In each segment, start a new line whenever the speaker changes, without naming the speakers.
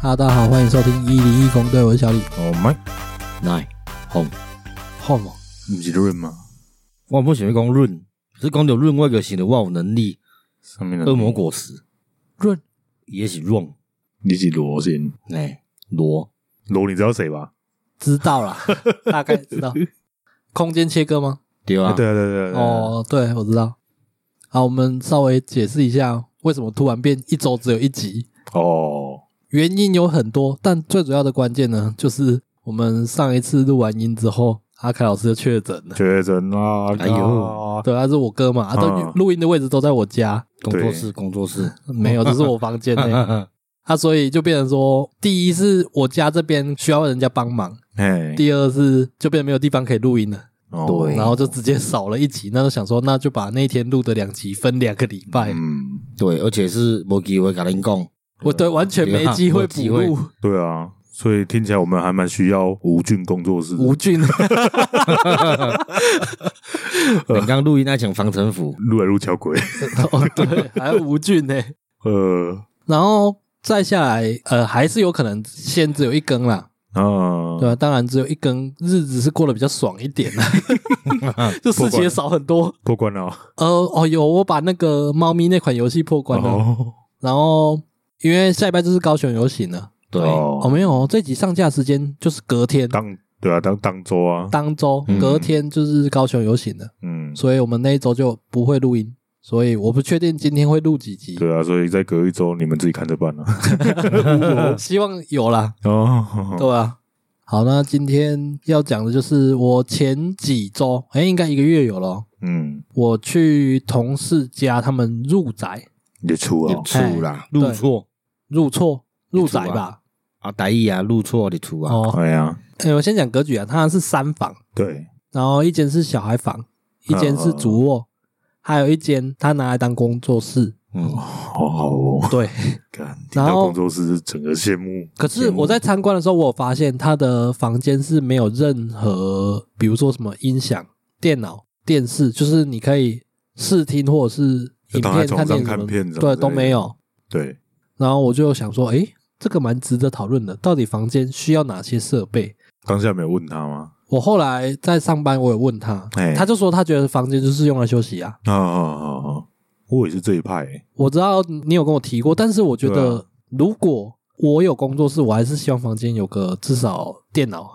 哈，大家好，欢迎收听一零一公队，我是小李。
哦，麦，
来，红，
好嘛，
不是润吗？
我不喜欢讲润，是讲到润我就想到我有能力，
上面的
恶魔果实
润
也是润，
你是罗先，
哎，罗
罗你知道谁吧？
知道 啦，大概知道。空间切割吗？
对啊，
啊对啊对啊对啊对啊，
哦，对，我知道。好，我们稍微解释一下为什么突然变一周只有一集，
哦，
原因有很多，但最主要的关键呢，就是我们上一次录完音之后，阿凯老师就确诊了。
确诊啦！
哎呦
对，他是我哥嘛，啊，都
嗯
录音的位置都在我家，
工作室工作 室，
没有，只是我房间 内。
嗯
啊，所以就变成说，第一是我家这边需要人家帮忙，
哎，
第二是就变得没有地方可以录音了，
哦
对
然后就直接少了一集。那就想说，那就把那天录的两集分两个礼拜，
嗯，
对，而且是没机会跟您 讲，
我对完全没机会补
没有
录。
对啊，所以听起来我们还蛮需要吴俊工作室
吴俊，
刚刚录音那讲防城府，
录来录敲鬼，
哦对，还有吴俊呢、
呃
然后再下来，呃，还是有可能先只有一更啦，
啊，
对吧、当然只有一更，日子是过得比较爽一点 啦，就事情也少很多。
过关了
呃，哦，有我把那个猫咪那款游戏破关了。
哦，
然后因为下一拜就是高雄游行了，
对，
哦，
哦，
没有哦，这集上架时间就是隔天，
当对啊，当当周啊，
当周
嗯
隔天就是高雄游行了，
嗯，
所以我们那一周就不会录音，所以我不确定今天会录几集，
对啊，所以再隔一周你们自己看着办 啊。
希望有啦，
哦，
对啊。好，那今天要讲的就是我前几周，哎，应该一个月有了哦。
嗯，
我去同事家，他们入宅、
也出
你
啊，
出啦，
对
入哎错
入错、入
出啊
宅吧。
啊，台语啊，入错你出啊，
哦，
哎呀，
哎，我先讲格局啊，它是三房，
对，
然后一间是小孩房，一间是主卧，还有一间他拿来当工作室。
嗯，
好好哦。
对，
干，听
然
到
后
工作室整个羡慕。
可是我在参观的时候，我有发现他的房间是没有任何，比如说什么音响、电脑、电视，就是你可以视听或者是
就
影
躺在
片、
床上
电视什么
看片什么之类
对，
的
都没有。
对，
然后我就想说，诶，这个蛮值得讨论的，到底房间需要哪些设备？
当下没有问他吗？
我后来在上班，我也问他，
哎
他就说他觉得房间就是用来休息啊。
啊啊啊！啊我也是这一派欸、
我知道你有跟我提过，但是我觉
对
得
啊
如果我有工作室，我还是希望房间有个至少电脑，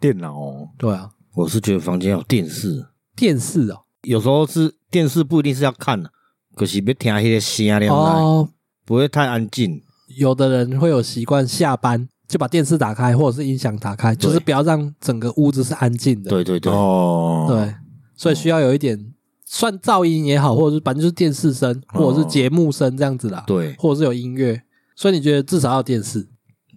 电脑、哦，
对啊，
我是觉得房间要有电视，
电视哦，
有时候是电视不一定是要看的，啊可是别听那些声了啦，
哦，
不会太安静，
有的人会有习惯下班就把电视打开或者是音响打开，就是不要让整个屋子是安静的，
对对对，
哦，
对，所以需要有一点算噪音也好，或者是反正就是电视声
哦
或者是节目声这样子啦，
对
或者是有音乐，所以你觉得至少要有电视，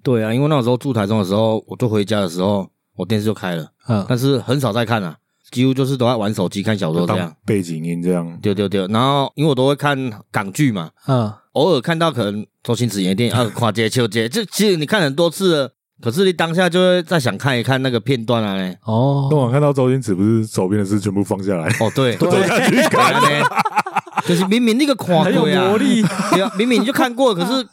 对啊，因为那时候住台中的时候，我就回家的时候，我电视就开了，
嗯，
但是很少在看啊，几乎就是都在玩手机、看小
就
说这
当
样。
背景音这样。
对对对，然后因为我都会看港剧嘛，
嗯，
偶尔看到可能周星驰演 的电影啊，跨界、秋节，这其实你看很多次了，可是你当下就会再想看一看那个片段啊嘞。
那
哦，
我看到周星驰不是手边的事全部放下来，
哦， 对，
走下去看，
啊嘞，就是明明那个跨
很有
过呀
魔，力。
对啊，明明你就看 过，可是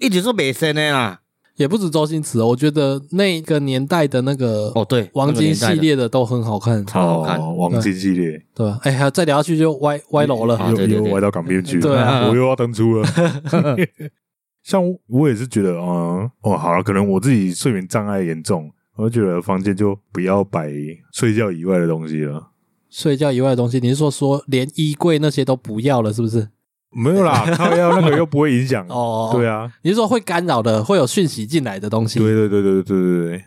一直说没声的啊啦。
也不止周星驰哦，我觉得那个年代的那个
哦，对，
王
那个
晶
年代
系
的
列的都很好看，
超好看，
哦王晶系列
对吧？哎呀，再聊下去就歪歪楼了。
啊
又
对对
又
对
歪到港片去了，
对
啊
我又要登出 了。像我也是觉得，嗯，哦，好了，可能我自己睡眠障碍严重，我就觉得房间就不要摆睡觉以外的东西了。
睡觉以外的东西，你是说说连衣柜那些都不要了，是不是？
没有啦，靠腰那个又不会影响。
哦，
对
啊，
啊，
你是说会干扰的，会有讯息进来的东西？
对对对对对对对对。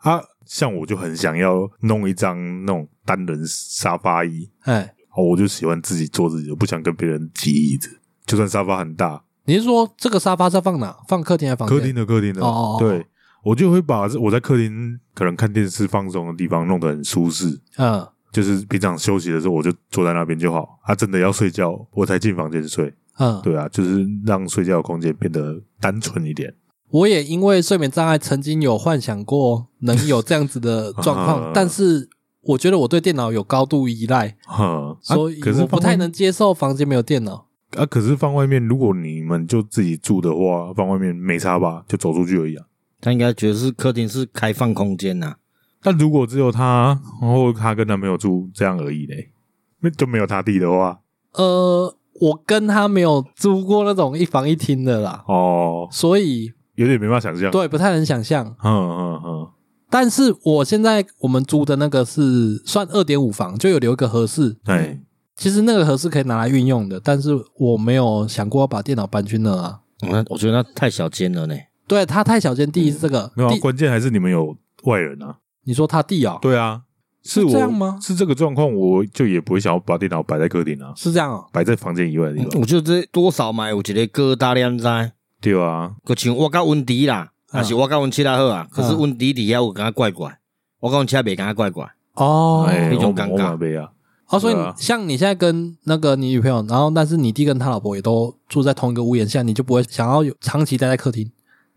啊，像我就很想要弄一张那种单人沙发椅，
哎，
哦，我就喜欢自己坐自己的，我不想跟别人挤椅子。就算沙发很大，
你是说这个沙发是要放哪？放客厅还是房间？
客厅的客厅的，
哦哦哦
对我就会把我在客厅可能看电视放松的地方弄得很舒适。
嗯，
就是平常休息的时候，我就坐在那边就好。啊，真的要睡觉，我才进房间睡。
嗯
对啊，就是让睡觉的空间变得单纯一点。
我也因为睡眠障碍，曾经有幻想过能有这样子的状况
啊，
但是我觉得我对电脑有高度依赖，
哈、啊
所以
可是
我不太
放
能接受房间没有电脑。
啊，可是放外面，如果你们就自己住的话，放外面没差吧，就走出去而已啊。
他应该觉得是客厅是开放空间啊呐、
但如果只有她，然后她跟男朋友住这样而已嘞，那就没有她弟的话，
呃，我跟他没有租过那种一房一厅的啦，
哦，
所以
有点没办法想象。，
对不太能想象。
嗯嗯嗯，
但是我现在我们租的那个是算二点五房，就有留一个合适。
哎，
其实那个合适可以拿来运用的，但是我没有想过要把电脑搬去那啊。
嗯那我觉得那太小间了呢。
对它太小间，第一是这个，
没有啊，
第
关键还是你们有外人啊。
你说他弟哦，
对啊，是
是
我
这样吗
是这个状况，我就也不会想要把电脑摆在客厅啊，
是这样哦，
摆在房间以外的地方。
嗯
我觉得这多少嘛，有一个疙瘩你知道？
对啊，
就像我甲温迪啦，
嗯
还是我甲温七拉好啊？可是
嗯
温迪底下有感觉怪怪，我甲温七袂感觉怪怪。
哦，
哎，
那种
我
尴尬
我马杯啊，
哦，所以
对啊
像你现在跟那个你女朋友，然后但是你弟跟他老婆也都住在同一个屋檐下，你就不会想要有长期待在客厅？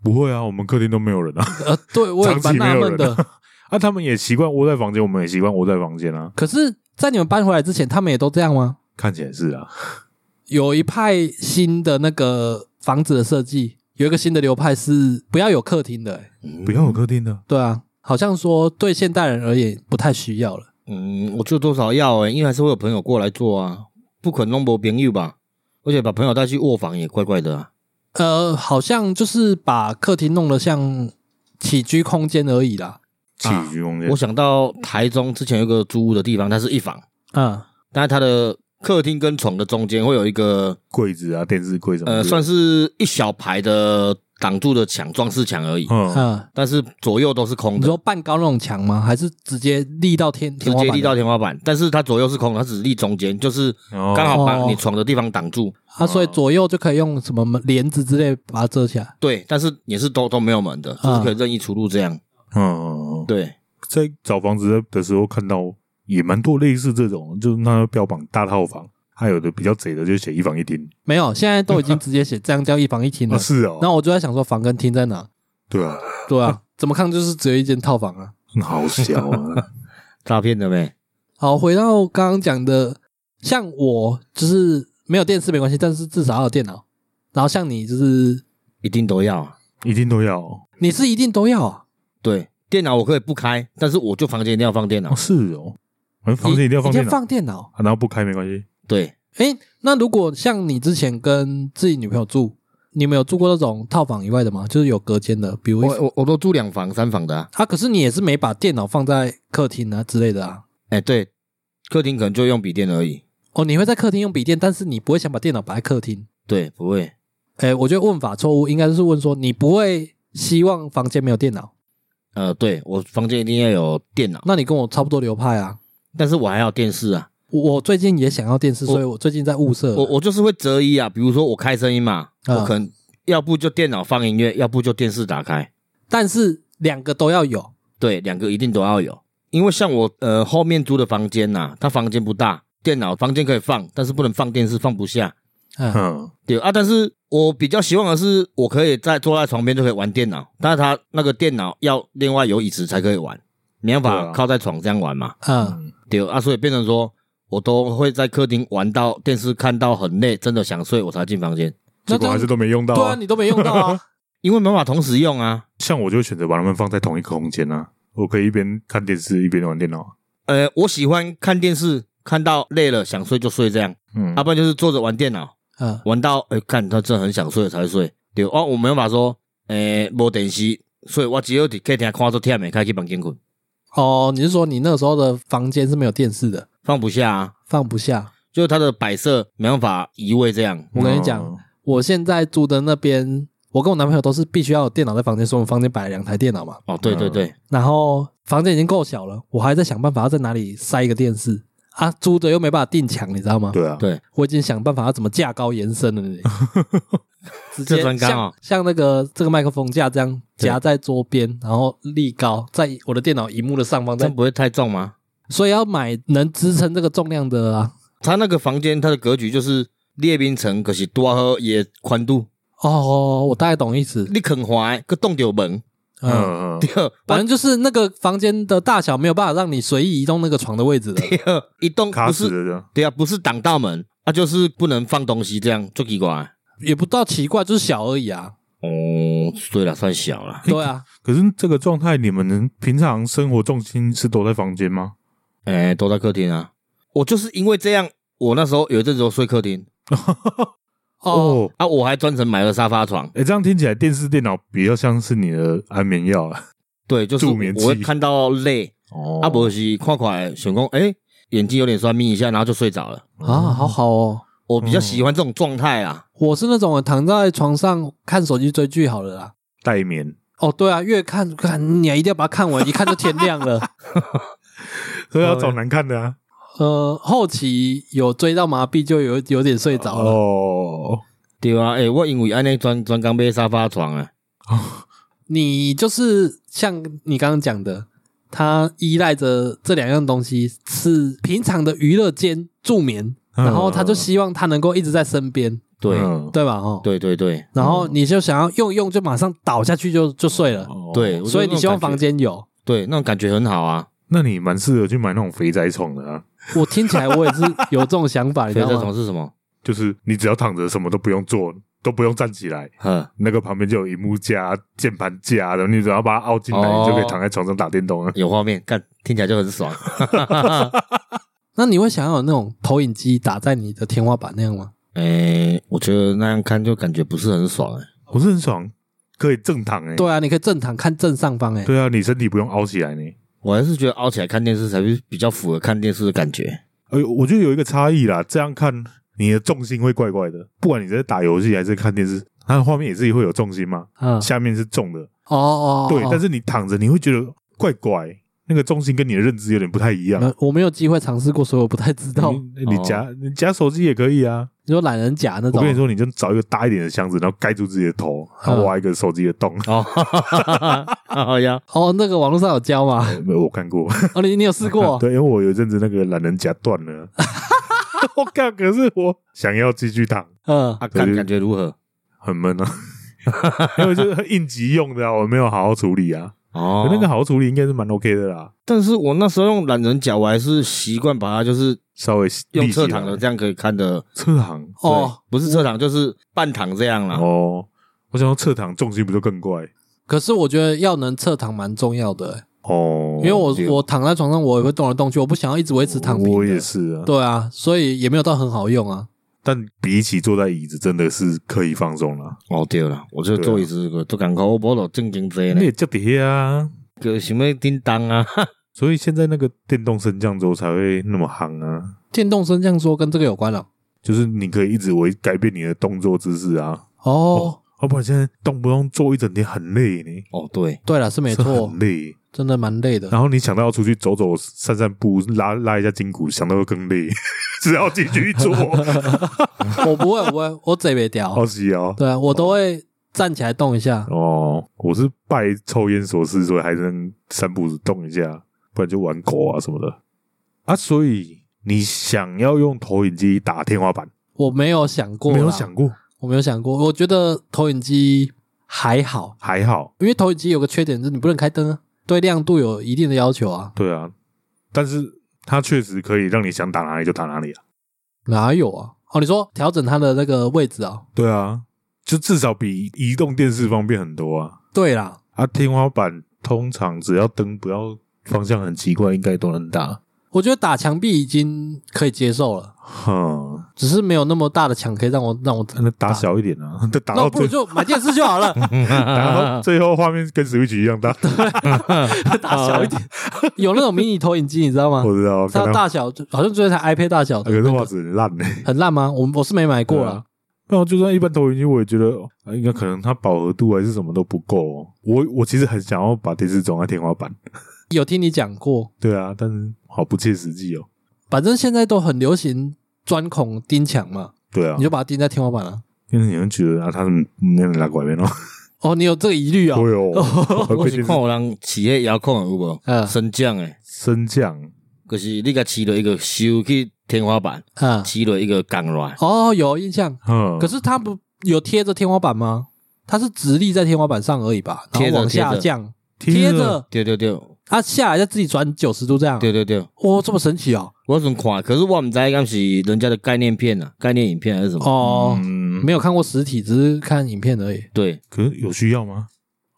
不会啊，我们客厅都没有人啊，
呃，对我也
长
蛮
期没
纳
有
闷
人
的。
啊。啊，他们也习惯窝在房间，我们也习惯窝在房间啊。
可是，在你们搬回来之前，他们也都这样吗？
看起来是啊，
有一派新的那个房子的设计，有一个新的流派是不要有客厅的、欸
不要有客厅的，
对啊，好像说对现代人而言不太需要了。
嗯，我觉得多少要诶、因为还是会有朋友过来做啊，不可能拢无朋友吧？而且把朋友带去卧房也怪怪的啊。
呃，好像就是把客厅弄得像起居空间而已啦。
起居空间
我。想到台中之前有个租屋的地方，它是一房，
嗯，
但是它的客厅跟床的中间会有一个
柜子啊，电视柜什么的。
呃，算是一小排的挡住的墙，装饰墙而已，
嗯，
嗯，
但是左右都是空
你
的
说，半高那种墙吗？还是直接立到天
直
天花板
接
的？啊
立到天花板，但是它左右是空的，它只立中间，就是
刚
刚好把
哦
你床的地方挡住。
啊，所以左右就可以用什么门帘子之类把它遮起来。
对，但是也是都都没有门
嗯
的，就是可以任意出入这样。
嗯嗯，嗯
对，
在找房子的时候看到也蛮多类似这种，就是那标榜大套房，还有的比较贼的就写一房一厅。
没有，现在都已经直接写这样叫一房一厅了
啊，。是哦，
嗯然后我就在想说，房跟厅在哪？
对啊，
对啊， 怎么看就是只有一间套房啊。
好小 啊，
诈骗的呗。
好，回到刚刚讲的，像我就是没有电视没关系，但是至少要有电脑。然后像你就是，
一定都要啊。
一定都要哦，
你是一定都要啊，
对，电脑我可以不开，但是我就房间一定要放电脑
哦。是哦，反正房间一定要放
一
电脑，
放电脑。
啊然后不开没关系。
对，
诶，那如果像你之前跟自己女朋友住，你们有住过那种套房以外的吗？就是有隔间的，比如
我我我都住两房三房的啊。
啊，可是你也是没把电脑放在客厅啊之类的啊。
哎，对，客厅可能就用笔电而已。
哦，你会在客厅用笔电，但是你不会想把电脑摆在客厅。
对，不会，
诶，我觉得问法错误，应该是问说你不会希望房间没有电脑。
呃，对我房间一定要有电脑，
那你跟我差不多流派啊。
但是我还要电视啊。
我我最近也想要电视，所以我最近在物色。
我我就是会择一啊，比如说我开声音嘛，
嗯
我可能要不就电脑放音乐，要不就电视打开。
但是两个都要有。
对，两个一定都要有，因为像我呃后面租的房间呐、它房间不大，电脑房间可以放，但是不能放电视，放不下。
嗯，
嗯，
对啊，但是我比较希望的是，我可以在坐在床边就可以玩电脑，但是他那个电脑要另外有椅子才可以玩，没办
对
法
啊
靠在床这样玩嘛。
嗯，
对啊，所以变成说我都会在客厅玩到电视看到很累，真的想睡我才进房间，
那
结果还是
这样
都没用到
对啊，
啊。
你都没用到啊。
因为没办法同时用啊。
像我就会选择把它们放在同一个空间啊，我可以一边看电视一边玩电脑。啊
呃，我喜欢看电视，看到累了想睡就睡这样，啊
嗯
要、，不然就是坐着玩电脑，
嗯，
玩到哎，看他真的很想睡才会睡。对哦，我没办法说，诶、无电视，所以我只有伫客厅看到天的，开去房间困，
哦，你是说你那个时候的房间是没有电视的，
放不下啊，
放不下？
就是它的摆设没办法移位这样。
我跟你讲，
嗯
我现在住的那边，我跟我男朋友都是必须要有电脑在房间，所以我们房间摆了两台电脑嘛。
哦，对对对，
然后房间已经够小了，我还在想办法要在哪里塞一个电视啊，租的又没办法定墙，你知道吗？
对啊，
对，
我已经想办法要怎么架高延伸了 呢，直接
这专纲
像
哦
像那个这个麦克风架这样夹在桌边，然后立高在我的电脑荧幕的上方，
这
再
样不会太重啊吗？
所以要买能支撑这个重量的啊。
它那个房间它的格局就是列宾城，可是多好也宽度，
哦，我大概懂意思，
你肯怀个洞掉门，
嗯
嗯，
嗯
第二
反正就是那个房间的大小没有办法让你随意移动那个床的位置的。
第二一栋
卡
不
死
是，
了这样。
对啊，不是挡到门，啊，就是不能放东西，这样就奇怪。
也不到奇怪，就是小而已啊。
哦，对了，算小了。
对啊，
可是这个状态，你们平常生活重心是都在房间吗？
哎、都在客厅啊。我就是因为这样，我那时候有一阵子都睡客厅
哦，，
啊，我还专程买了沙发床。
哎、这样听起来电视、电脑比较像是你的安眠药啊。
对，就是
助
我
眠
我会
器
看到累，
哦
啊，不是看看想讲，哎、眼睛有点酸，眯一下，然后就睡着了。
啊，好好哦。
我比较喜欢这种状态啊。
我是那种躺在床上看手机追剧好了啦。
代眠，
哦，对啊，越看看你一定要把它看完，一看就天亮 了。
所以要找难看的啊。
呃，后期有追到麻痹，就有有点睡着了。
哦，
对啊，哎、我因为安尼专专刚买沙发床啊，
你就是像你刚刚讲的，它依赖着这两样东西是平常的娱乐间助眠，
嗯
然后他就希望他能够一直在身边，
对、
嗯
对吧？哦，
对对对
然后你就想要用一用，就马上倒下去就就睡了。
哦
对，我觉得
所以
那
你
种
希望
感
房
觉
间有？
对那种感觉很好啊。
那你蛮适合去买那种肥宅床的啊，
我听起来我也是有这种想 法，你
所
知
以
道
这
吗
种？是什么？
就是你只要躺着，什么都不用做，都不用站起来，
呵，
那个旁边就有荧幕架、键盘架的，你只要把它凹进来，
哦
你就可以躺在床上打电
哦
动了。
有画面，干听起来就 很爽。
那你会想要有那种投影机打在你的天花板那样吗？
哎、我觉得那样看就感觉不是很爽哎、
我是很爽，可以正躺哎、
对啊，你可以正躺看正上方哎、
对啊，你身体不用凹起来呢。
我还是觉得凹起来看电视才是比较符合看电视的感觉。
哎、我觉得有一个差异啦，这样看你的重心会怪怪的，不管你在打游戏还是看电视，它的画面也是会有重心嘛，
嗯，
下面是重的，
哦哦，
对，但
是
是你躺着你会觉得怪怪，那个重心跟你的认知有点不太一样。
我没有机会尝试过，所以我不太知道。
啊你你
哦
夹你夹手机也可以啊，
你说懒人甲那
我
种
跟你，说，你就找一个大一点的箱子，然后盖住自己的头，然后
嗯
挖一个手机的洞。
哦， 好呀，
哦，那个网络上有教吗？
没有，我看过，
哦，你你有试过？
啊 对，因为我有一阵子那个懒人夹断 了，我靠！可是我想要继续躺，
嗯，
啊，看感觉如何？
很闷啊， 因为就是应急用的啊，我没有好好处理啊。
哦
那个好好处理应该是蛮 OK 的啦，
但是我那时候用懒人脚，我还是习惯把它就是
稍微
用
立起
侧
来
躺的，这样可以看的。
侧躺
哦，
对，不是侧躺就是半躺这样啦。
哦，我想要侧躺重心不就更怪
可是我觉得要能侧躺蛮重要的、欸，
哦？
因为我
对
我躺在床上我也会动来动去，我不想要一直维持躺平。
我也。是啊，
对啊，所以也没有到很好用啊。
但比起坐在椅子，真的是可以放松啦。
哦，对了，我就
对啊
坐椅子都赶快，我无就正经坐呢
你，也就底下啊，
个想要叮当啊，
所以现在那个电动升降桌才会那么夯啊，
电动升降桌跟这个有关了。
就是你可以一直维改变你的动作姿势啊，
哦，
要不然现在动不动坐一整天很累呢，
哦， 对，
对了，是没
是
错
很，累。
真的蛮 累的。
然后你想到要出去走走、散散步、拉拉一下筋骨，想到又更累， 只要继续做。
我不会，我不会，我嘴别掉。
好奇哦，
对啊，我都会站起来动一下。
哦，我是拜抽烟所赐，所以还能散步动一下，不然就玩狗啊什么的啊。所以你想要用投影机打天花板，
我没有想过，
没有想，过，
我没有想过。我觉得投影机还好，
还好，
因为投影机有个缺点就是你不能开灯啊，对亮度有一定的要求啊。
对啊，但是它确实可以让你想打哪里就打哪里啊。
哪有啊？哦，你说调整它的那个位置啊？
对啊，就至少比移动电视方便很多啊。
对啦，
啊，天花板通常只要灯不要方向很奇怪，应该都能打。
我觉得打墙壁已经可以接受了，
哼，
只是没有那么大的墙可以让我让我。
那打小一点啊， 打
那
到
我不如
最
就啊买电视就 好了，
打到最后画面跟 Switch 一 样大。
打小一点。 有那种迷你投影机，你知道吗
我？知道，
它的
看到
大小就好像就是台 iPad 大小
可
的那
是
个，
画质很烂呢。
很烂吗？我我是没买过
对啊
啦。
那我就算一般投影机，我也觉得啊应该可能它饱和度还是什么都不够哦。我我其实很想要把电视装在天花板，
有听你讲过，
对啊，但是好不切实际哦。
反正现在都很流行钻孔钉墙嘛，
对
哦
啊
你，就把它钉在天花板啊了。
因为你们觉得啊，他们那样拉拐面哦，
哦，你有这个疑虑啊？
会 哦，
我
会
是
变
看
成
有人饲迄遥控的有无？
嗯
升降诶，
升降
就是你甲饲落一个收去天花板，
啊，
饲落一个杠落来。
哦，有印象。
嗯，
可是它不有贴着天花板吗？它是直立在天花板上而已吧，然
贴
后
着
往下
贴着
降，
贴
着
对对对，
它下来再自己转九十度这样。
对，对对，
哇，这么神奇哦！
我怎么看？可是我们在刚是人家的概念片啊，概念影片还是什么？
哦，
嗯，
没有看过实体，只是看影片而已。
对，
可是有需要吗？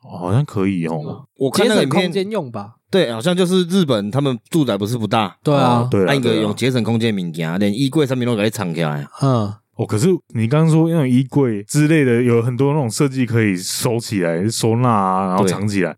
哦好像可以哦。
我
节
看那个
省
影
空
片，
间用吧。
对，好像就是日本他们住宅不是不大，
对啊，
对啊，
按一个
对啊
用节省空间的物件，连衣柜上面都给它藏起来。啊
嗯，
哦，可是你刚刚说那种衣柜之类的，有很多那种设计可以收起来、收纳啊，然后
对
藏起来。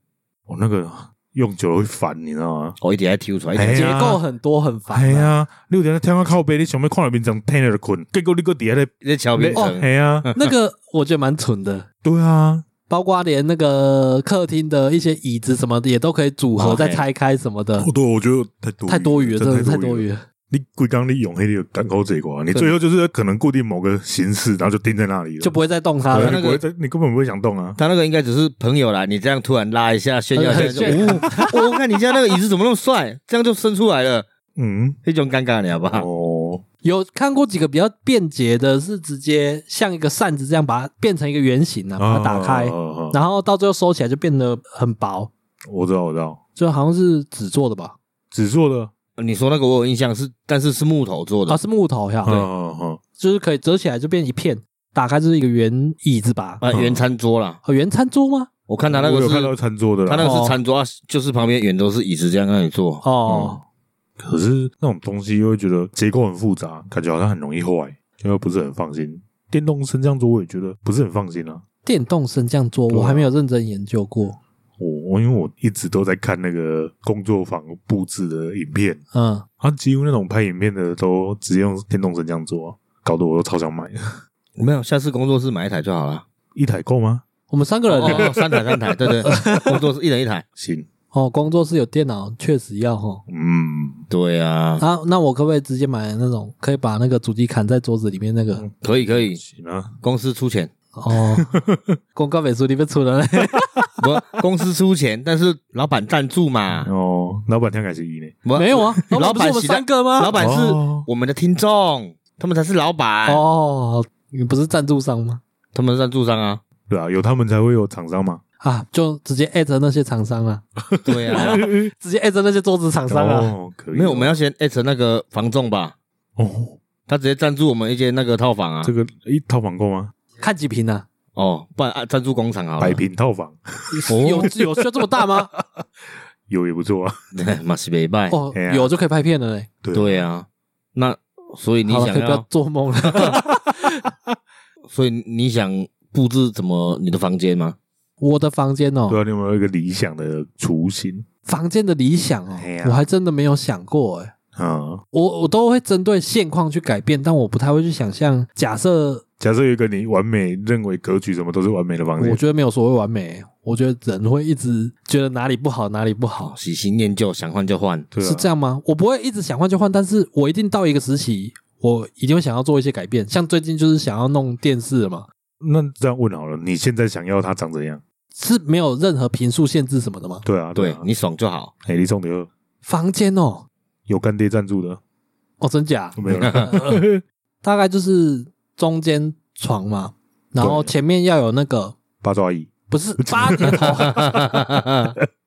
哦，那个用久了会烦，你知道吗？
我一点还抽出来，一
哎
直
呀
结构很多很烦啊。
哎呀，六点在天花靠背，你想要看到面章天了就困，结果你个底下在，
在桥边
哦
上。
哎呀，
那个我觉得蛮蠢的，
对啊，
包括连那个客厅的一些椅子什么的也都可以组合
哦
再
嘿
拆开什么的
哦，对，我觉得太多
太多余了，真的是太多余
了。
了。
你规刚你用黑的干高这一块，你最后就是可能固定某个形式，然后就定在那里了，
就不会再动它
对
了
对。
你不会再，你根本不会想动啊。
他那个应该只是朋友啦，你这样突然拉一下炫耀一下，
很
就 哦，我看你家那个椅子怎么那么帅，这样就生出来了，
嗯，
那种尴尬你好不
啊
好？
哦，
有看过几个比较便捷的，是直接像一个扇子这样把它变成一个圆形啊，把它打开，
哦哦哦哦
然后到最后收起来就变得很薄，
我知道，我知道，
就好像是纸做的吧？
纸做的，
哦你说那个我有印象是，但是是木头做
啊，
的，
是木头呀，
嗯嗯嗯。
就是可以折起来就变一片，打开就是一个圆椅子吧？
嗯
啊，圆餐桌啦。
哦，圆餐桌吗？
我看他那个
我
是
有，看到餐桌的啦，嗯
他那个是餐桌，啊就是旁边远都是椅子这样让你坐。
嗯
哦，
可是那种东西又会觉得结构很复杂，感觉好像很容易坏，就不是很放心。电动升降桌我也觉得不是很放心啊。
电动升降桌
对
我
啊
还没有认真研究过。
我我因为我一直都在看那个工作坊布置的影片，
嗯，
啊，几乎那种拍影片的都直接用电动升降桌啊、搞得我都超想买 的。
没有，下次工作室买一台就好了。
一台够吗？
我们三个 人
哦，哦三台三台，对 对，工作室一人一台。
行，
哦，工作室有电脑确实要哈。
嗯，
对啊，
啊，那我可不可以直接买那种可以把那个主机砍在桌子里面那个？
可以可以，
行啊，
公司出钱，
哦，广告美术里面出的嘞。
不，公司出钱，但是老板赞助嘛。
哦，老板听改是一呢，
不
没有啊，
老
不是
板
我们
喜欢
三个吗？
老板是
哦
我们的听众，他们才是老板，
哦，你不是赞助商吗？
他们是赞助商 啊。
对啊，有他们才会有厂 商嘛，
啊，就直接艾特那些厂商啊，
对啊，
直接艾特那些桌子厂商啊。
哦，可以哦，
没有，我们要先 at 那个房仲吧，
哦，
他直接赞助我们一间那个套房啊
这。个一套房够吗？
看几瓶啊？
哦，不然啊赞助工厂好
百
了。
平套房
有有需要这么大吗？
有也不错啊，
对，马西北拜。
哦
哎，呀
有就可以拍片了嘞。
对
对啊，那所以你
好了，
想
可以不要
要，
做梦了。
所以你想布置怎么你的房间吗？
我的房间哦，
对啊，你有没有一个理想的雏形
房间的理想哦
哎呀，
我还真的没有想过哎。
啊？
我我都会针对现况去改变，但我不太会去想象。假设
假设有一个你完美认为格局什么都是完美的房
我
间，
觉得没有所谓完美，我觉得人会一直觉得哪里不好哪里不好，
喜新厌旧，想换就换。
对啊
是这样吗？我不会一直想换就换，但是我一定到一个时期，我一定会想要做一些改变。像最近就是想要弄电视了嘛，
那这样问好了，你现在想要它长怎样？
是没有任何频数限制什么的吗？
对啊，
对
啊
你爽就好。
哎，你送的
房间哦，
有干爹赞助的
哦，真假？
没有了？
大概就是中间床嘛，然后
对
前面要有那个
八爪椅
不是八个头，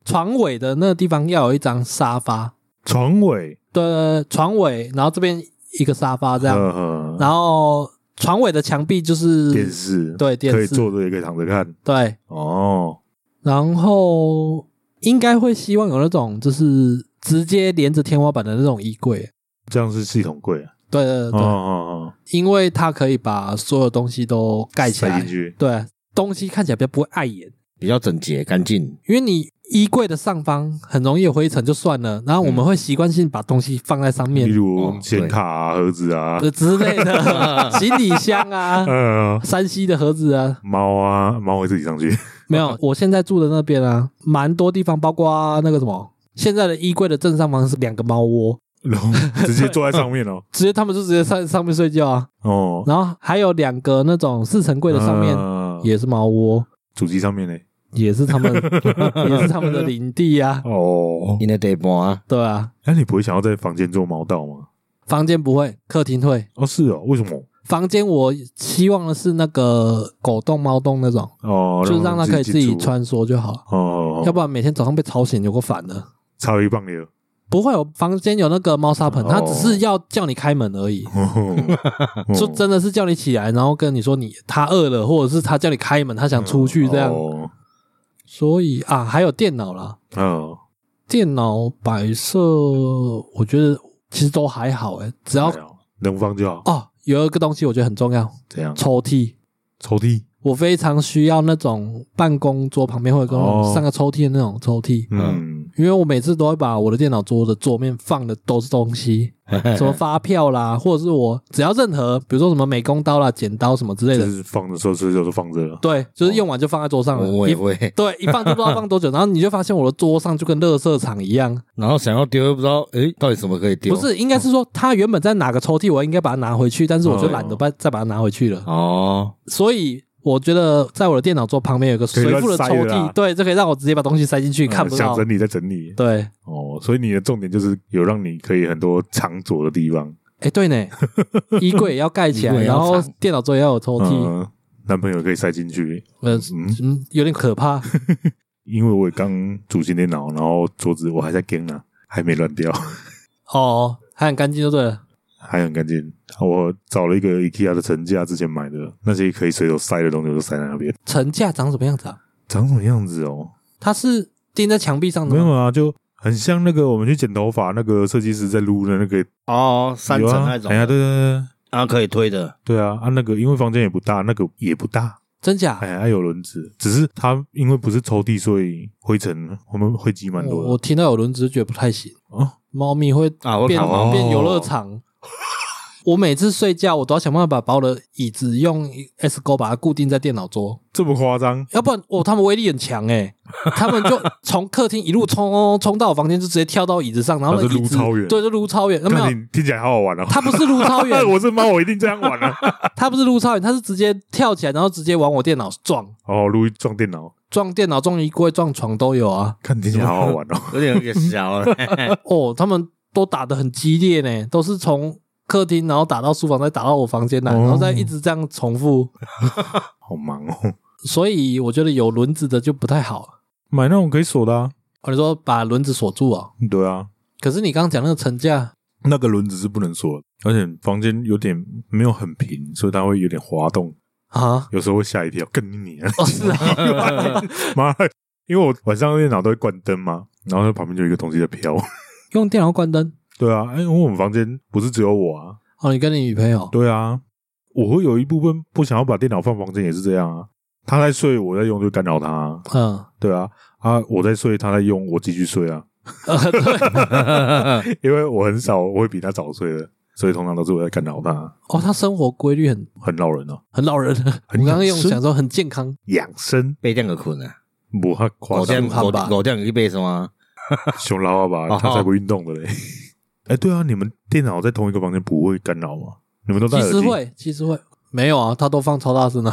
床尾的那个地方要有一张沙发，
床尾，
对，床尾，然后这边一个沙发这样，
嗯
然后床尾的墙壁就
电
是
视
对电
可以
视，
坐着也可以躺着看
对，
哦。
然后应该会希望有那种就是直接连着天花板的那种衣柜，
这样是系统柜啊，
对对
哦
对，
哦
因为它可以把所有东西都盖
哦，
起
塞
来
进，去，
对，东西看起来比较不会碍眼。
比较整洁干净。
因为你衣柜的上方很容易有灰尘，就算了，然后我们会习惯性把东西放在上
例
面、
嗯如
哦
显卡啊、盒子啊，
呃之类 的，行李箱啊、
嗯，
山西的盒子啊，
猫啊，猫会自己上去，
没
嗯
有。我现在住的那边啊，蛮多地方，包括那个什么，现在的衣柜的正上方是两个猫窝，
然后直接坐在上面哦。
直接他们就直接上上面睡觉啊，
哦，
然后还有两个那种四层柜的上面
嗯
也是猫窝。
主机上面呢？
也是他们， 也是他们的领地啊，
哦，
你的得搬啊，
对啊，
那你不会想要在房间做猫道吗？
房间不会，客厅会，
哦，是哦，为什么？
房间我希望的是那个狗洞、猫洞那种，
哦，
就是让它可以自
进
己
出
穿梭就好，
哦，
要不然每天早上被吵醒有够烦的。
超一棒流。
不会，有房间有那个猫砂盆，
哦
他只是要叫你开门而已， 就真的是叫你起来，然后跟你说你他饿了，或者是他叫你开门，他想出去这样。
哦
所以啊，还有电脑啦，
嗯，
电脑摆设我觉得其实都还好诶、只要
还好啊能放就好。
哦有一个东西我觉得很重要，
这样
抽屉。
抽屉，
我非常需要那种办公桌旁边会有个那
哦
种上个抽屉的那种抽屉，
嗯，
因为我每次都会把我的电脑桌的桌面放的都是东西，
哎
什么发票啦，或者是我只要任何，比如说什么美工刀啦、剪刀什么之类
就
的，
是放的时候随手就放着了。
对，就是用完就放在 桌上了。
哦我也
一
会，
对，一放就不知 道放多久，然后你就发现我的桌上就跟垃圾场一样。
然后想要丢又不知道，诶，到底什么可以丢？
不是，应该是说它原本在哪个抽屉，我应该把它拿回去，但是我就懒得把再把它拿回去了。
哦，
所以我觉得在我的电脑桌旁边有一个随附的抽
可以乱塞的啦
屉，对，这可以让我直接把东西塞进去，
嗯
看不
想
到。
整理再整理
对，
哦，所以你的重点就是有让你可以很多藏拙的地方。
哎，对 呢，衣柜也要盖起
衣
来，
柜也要
然后
藏
电脑桌也要有抽屉，
嗯，男朋友可以塞进去，
呃，
嗯
嗯，有点可 怕。
因为我也刚组新电脑，然后桌子我还在跟呢，还没乱掉，
哦，还很干净就对了。
还很干净。我找了一个 IKEA 的层架，之前买的那些可以随手塞的东西，我都塞在那边。
层架长什么样子啊？
长什么样子哦？
它是钉在墙壁上的
没有
吗？
啊，就很像那个我们去剪头发那个设计师在撸的那个
哦，三层
有啊
那种
哎，呀，对对对对
啊，可以推的，
对啊啊，那个因为房间也不大，那个也不大，
真假？
哎呀，还有轮子，只是它因为不是抽屉，所以灰尘我们会积蛮
我
多
我
的。
听到有轮子就觉得不太行，
哦，
猫咪会
啊我
变
看
哦
变游乐场。 我每次睡觉，我都要想办法把我的椅子用 S 钩把它固定在电脑桌，
这么夸张？
要不然哦，他们威力很强 诶、他们就从客厅一路冲冲冲到我房间，就直接跳到椅子上，然后那
啊就
椅
撸
子
超远
对，就撸超远，那没有，
那你听起来好好 玩哦。
他不是撸超远，
我是猫，我一定这样玩 啊。
他不是撸超远，他是直接跳起来，然后直接往我电脑撞，
哦，路易撞电脑，
撞电脑、撞衣柜、撞床都有啊。
看听起来好好玩哦。
有点有点小了，
哦，他们都打得很激烈呢，都是从客厅然后打到书房，再打到我房间来，
哦
然后再一直这样重复。
好忙哦。
所以我觉得有轮子的就不太好。
买那种可以锁的啊。
哦，你说把轮子锁住哦？
对啊，
可是你刚刚讲那个层架，
那个轮子是不能锁的，而且房间有点没有很平，所以它会有点滑动，
啊？
有时候会吓一跳。更你啊！
哦，是 啊，
妈，因为我晚上电脑都会关灯嘛，然后旁边就有一个东西在飘。
用电脑关灯。
对啊，哎因为我们房间不是只有我啊。
哦，你跟你女朋友？
对啊，我会有一部分不想要把电脑放房间，也是这样啊。他在睡，我在用，就干扰他啊、
嗯，
对啊，啊，我在睡，他在用，我继续睡啊。
呃对。
因为我很少我会比他早睡的，所以通常都是我在干扰他，
哦，她生活规律很
很老人哦，
很老人。我
很
刚刚
养
用
生
想说很健康，
养生
被这个困啊，
不太夸
狗
张
店，
汉
狗
堡
狗店有去背什么？啊
熊老爸
哦
吧，他才不运动的嘞。哎，对啊，你们电脑在同一个房间不会干扰吗？你们都戴
其
耳
实
机？
会，其实会，没有啊，他都放超大声 啊。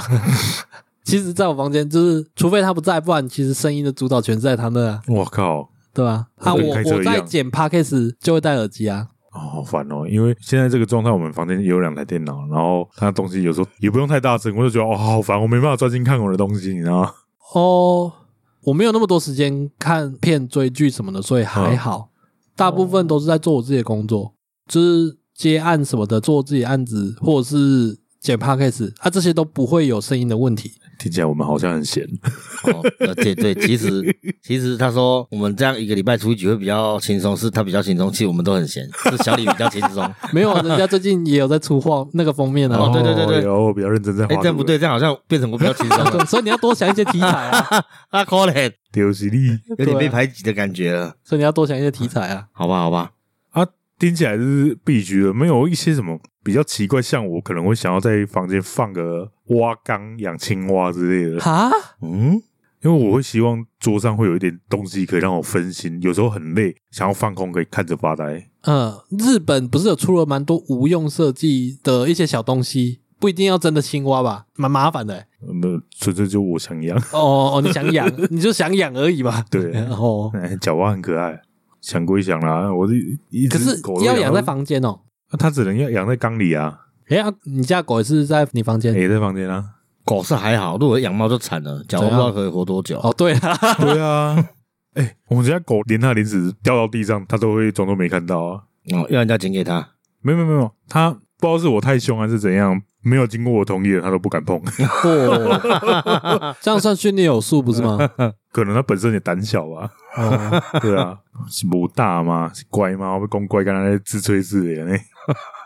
其实，在我房间，就是除非他不在，不然其实声音的主导权是在他那啊，
我靠，
对吧、啊？
跟
我
开车
我
一
在
样
剪 podcast 就会戴耳机啊。
哦，好烦哦！因为现在这个状态，我们房间也有两台电脑，然后它东西有时候也不用太大声，我就觉得哦，好烦，我没办法专心看我的东西，你知道吗？
哦，我没有那么多时间看片、追剧什么的，所以还好，大部分都是在做我自己的工作，就是接案什么的，做自己的案子，或者是剪 podcast 啊，这些都不会有声音的问题。
听起来我们好像很闲，
哦，呃对对，其实其实他说我们这样一个礼拜出去会比较轻松，是他比较轻松，其实我们都很闲，是小李比较轻松。
没有，啊，人家最近也有在出画那个封面啊。
哦对对对对
有我比较认真在画
哎，
图了，
这样不对，这样好像变成我比较轻松 了。
所以你要多想一些题材啊。
啊，可能
丢犀利
有点
对
被
啊
排挤的感觉了，
所以你要多想一些题材啊。
好吧，好吧，
啊，听起来就是必须的，没有一些什么比较奇怪，像我可能会想要在房间放个蛙缸养青蛙之类的，
哈，
嗯，
因为我会希望桌上会有一点东西可以让我分心，有时候很累，想要放空可以看着发呆。
嗯，日本不是有出了蛮多无用设计的一些小东西，不一定要真的青蛙吧，蛮麻烦的欸、
那呃纯粹就我想养，
哦哦，你想 养，你就想养而已嘛。
对
哦，
哎， 角蛙很可爱，想归想啦，我是一
可
只
是
狗都
要养在
到，
房间哦。
啊它只能要养在缸里啊，
哎呀，你家狗也是在你房间？
也在房间啊。
狗是还好，如果养猫就惨了，假如不知
怎样
道可以活多 久。
哦哦，对啊，
对啊，哎，我们家狗连它的零食掉到地上，它都会装作没看到啊。
哦，要人家捡给他，
没有没有没有，它不知道是我太凶还是怎样，没有经过我同意的，它都不敢碰。
哦， 这样算训练有素不是吗？
可能它本身也胆 小吧。
哦，
对啊，是母大吗？是乖吗？我被公乖，刚才自吹自擂呢。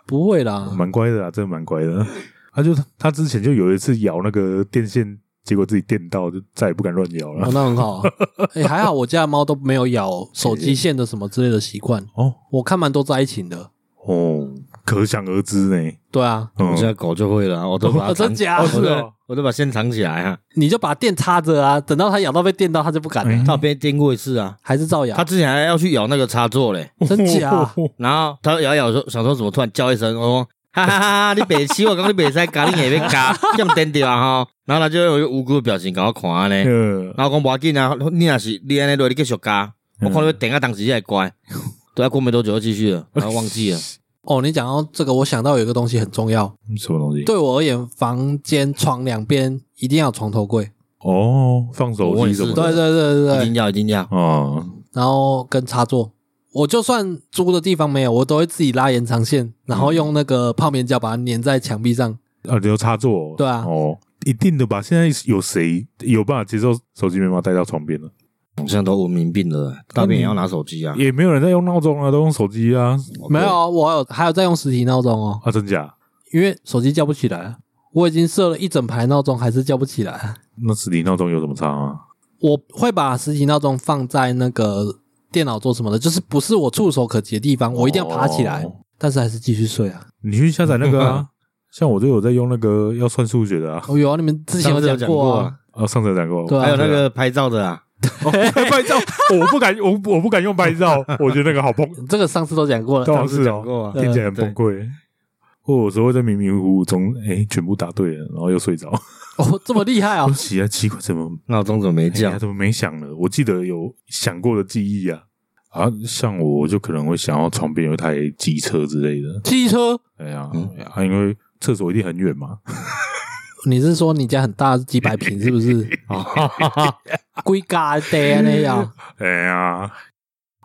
不会啦，
蛮乖的啊，真的蛮乖的。他就他之前就有一次咬那个电线，结果自己电到，就再也不敢乱咬
哦
了。，
那很好啊。哎，还好我家的猫都没有咬手机线的什么之类的习惯，
哦
我看蛮多在一起的。
哦，可想而知呢。
对啊，
我
嗯
家狗就会了啊，我都把它
哦真
藏
假
我
是
都
哦
我都把线藏起来啊，
你就把电插着啊，等到它咬到被电到，它就不敢了，
嗯
他有被电过一次啊，
还是照
他
咬。
之前还要去咬那个插座嘞，
真 假
然后他咬一咬说想说怎么突然叫一声，我说哈哈哈哈，你别气我，讲你别塞咖喱也别咖，这么颠掉啊哈，然后他就用一个无辜的表情给我看呢，
呃，
然后我讲无要紧啊，你若是你安尼落，你继续加，我看你会等下当时才会 乖。对啊，过没多久就继续了，然后忘记了。
哦，你讲到这个，我想到有一个东西很重要，
什么东西？
对我而言，房间床两边一定要有床头柜。
哦，放手机什么
我也是
的
对对对对
一定
对，
要，一定要。
啊？
然后跟插座，我就算租的地方没有，我都会自己拉延长线，然后用那个泡面胶把它粘在墙壁上。
啊，留插座。
对啊
哦，一定的吧？现在有谁有办法接受手机没办法带到床边呢？
好像都文明病了，大便也要拿手机啊。
也没有人在用闹钟啊，都用手机啊。
没有啊，我还有还有在用实体闹钟哦，
啊，真假？
因为手机叫不起来，啊我已经设了一整排闹钟，还是叫不起来。啊
那实体闹钟有什么差啊？
我会把实体闹钟放在那个电脑桌什么的，就是不是我触手可及的地方，我一定要爬起来，
哦
但是还是继续睡啊。
你去下载那个 啊，像我就有在用那个要算数学的啊，
哦，有啊，你们之前
上次有
讲
讲
过
过
啊
啊，，
啊，上次有讲过，
对啊
还有那个拍照的啊，
哦 拍照，我不敢，我我不敢用拍照，我觉得那个好 崩，
这个上次都讲过啊了。
对啊
上次
是
讲
哦，
过啊。
听起来很崩溃。或者说会在迷迷糊糊中，哎，全部答对了，然后又睡着。
啊
哦，这么厉害啊
我！起来 奇怪，怎 么
闹钟怎么没
哎呀
叫？
怎么没响呢？我记得有想过的记忆啊。啊，像我我就可能会想要床边有一台机车之类的。
机车，
哎呀
嗯，
啊，因为厕所一定很远嘛。
你是说你家很大，几百平是不是？哦 龟咖的那样，
哎呀，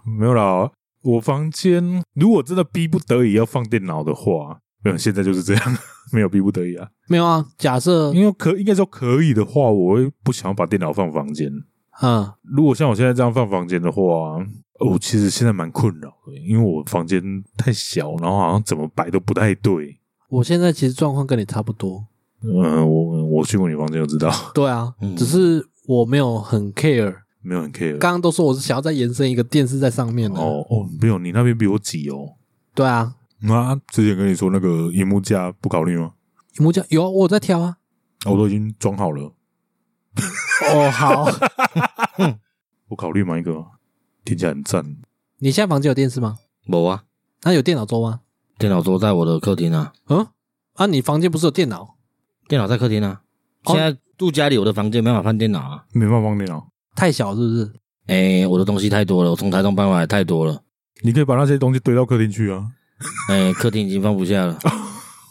没有啦，我房间如果真的逼不得已要放电脑的话，没有，现在就是这样， 没有逼不得已
呃
啊。
没有啊？假设，
因为可应该说可以的话，我会不想要把电脑放房间。
嗯，
如果像我现在这样放房间的话，呃我其实现在蛮困扰的，因为我房间太小，然后好像怎么摆都不太对。
我现在其实状况跟你差不多。
嗯，我我去过你房间就知道，
对啊，
嗯
只是我没有很 care。
没有很 care。
刚刚都说我是想要再延伸一个电视在上面的。
哦哦，没有，你那边比我挤哦。
对啊，
那、之前跟你说那个荧幕架不考虑吗？
屏幕架有啊我有在挑啊。
啊我都已经装好了。
哦， 好，
嗯我考虑买一个，听起来很赞。
你现在房间有电视吗？
没啊，
那有电脑桌吗？
电脑桌在我的客厅啊，
嗯，啊，你房间不是有电脑？
电脑在客厅啊。
哦
现在住家里，我的房间没办法放电脑啊。
没办法放电脑，
太小是不是？
哎，我的东西太多了，我从台中搬回来太多了。
你可以把那些东西堆到客厅 去啊。
哎，客厅已经放不下了。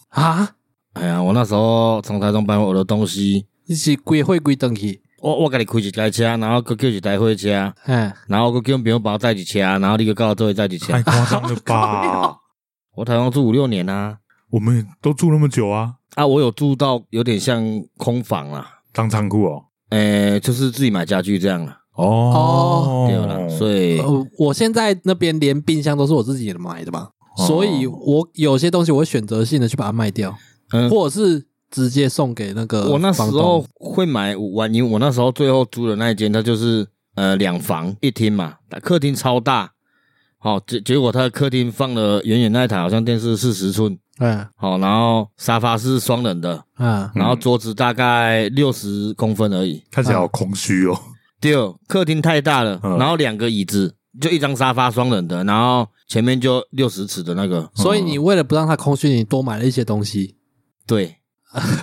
啊，
哎呀，我那时候从台中搬回我的东西，
你是归会归登去？
我我给你开一台车，然后佮叫一台火车，
哎，
然后佮叫朋友把我载一车，然后你佮到做位载一车
太。夸张 了吧！
我台中住五六年啊，
我们都住那么久啊，
啊，我有住到有点像空房啦，
当仓库哦。
诶、就是自己买家具这样啦，
哦
对啦，所以
呃，我现在那边连冰箱都是我自己买的嘛，
哦
所以我有些东西我会选择性的去把它卖掉，
嗯，
或者是直接送给那个
我那时
呃房东
候会买五万，因为我那时候最后租的那一间，它就是呃两房一厅嘛，客厅超大，好、结结果它的客厅放了远远那一台好像电视四十寸，
嗯
好、然后沙发是双人的，
嗯
然后桌子大概六十公分而已。
看起来好空虚哦。
第二，客厅太大了，
嗯
然后两个椅子，就一张沙发双人的，然后前面就六十尺的那个，
所以你为了不让他空虚，你多买了一些东西。
对。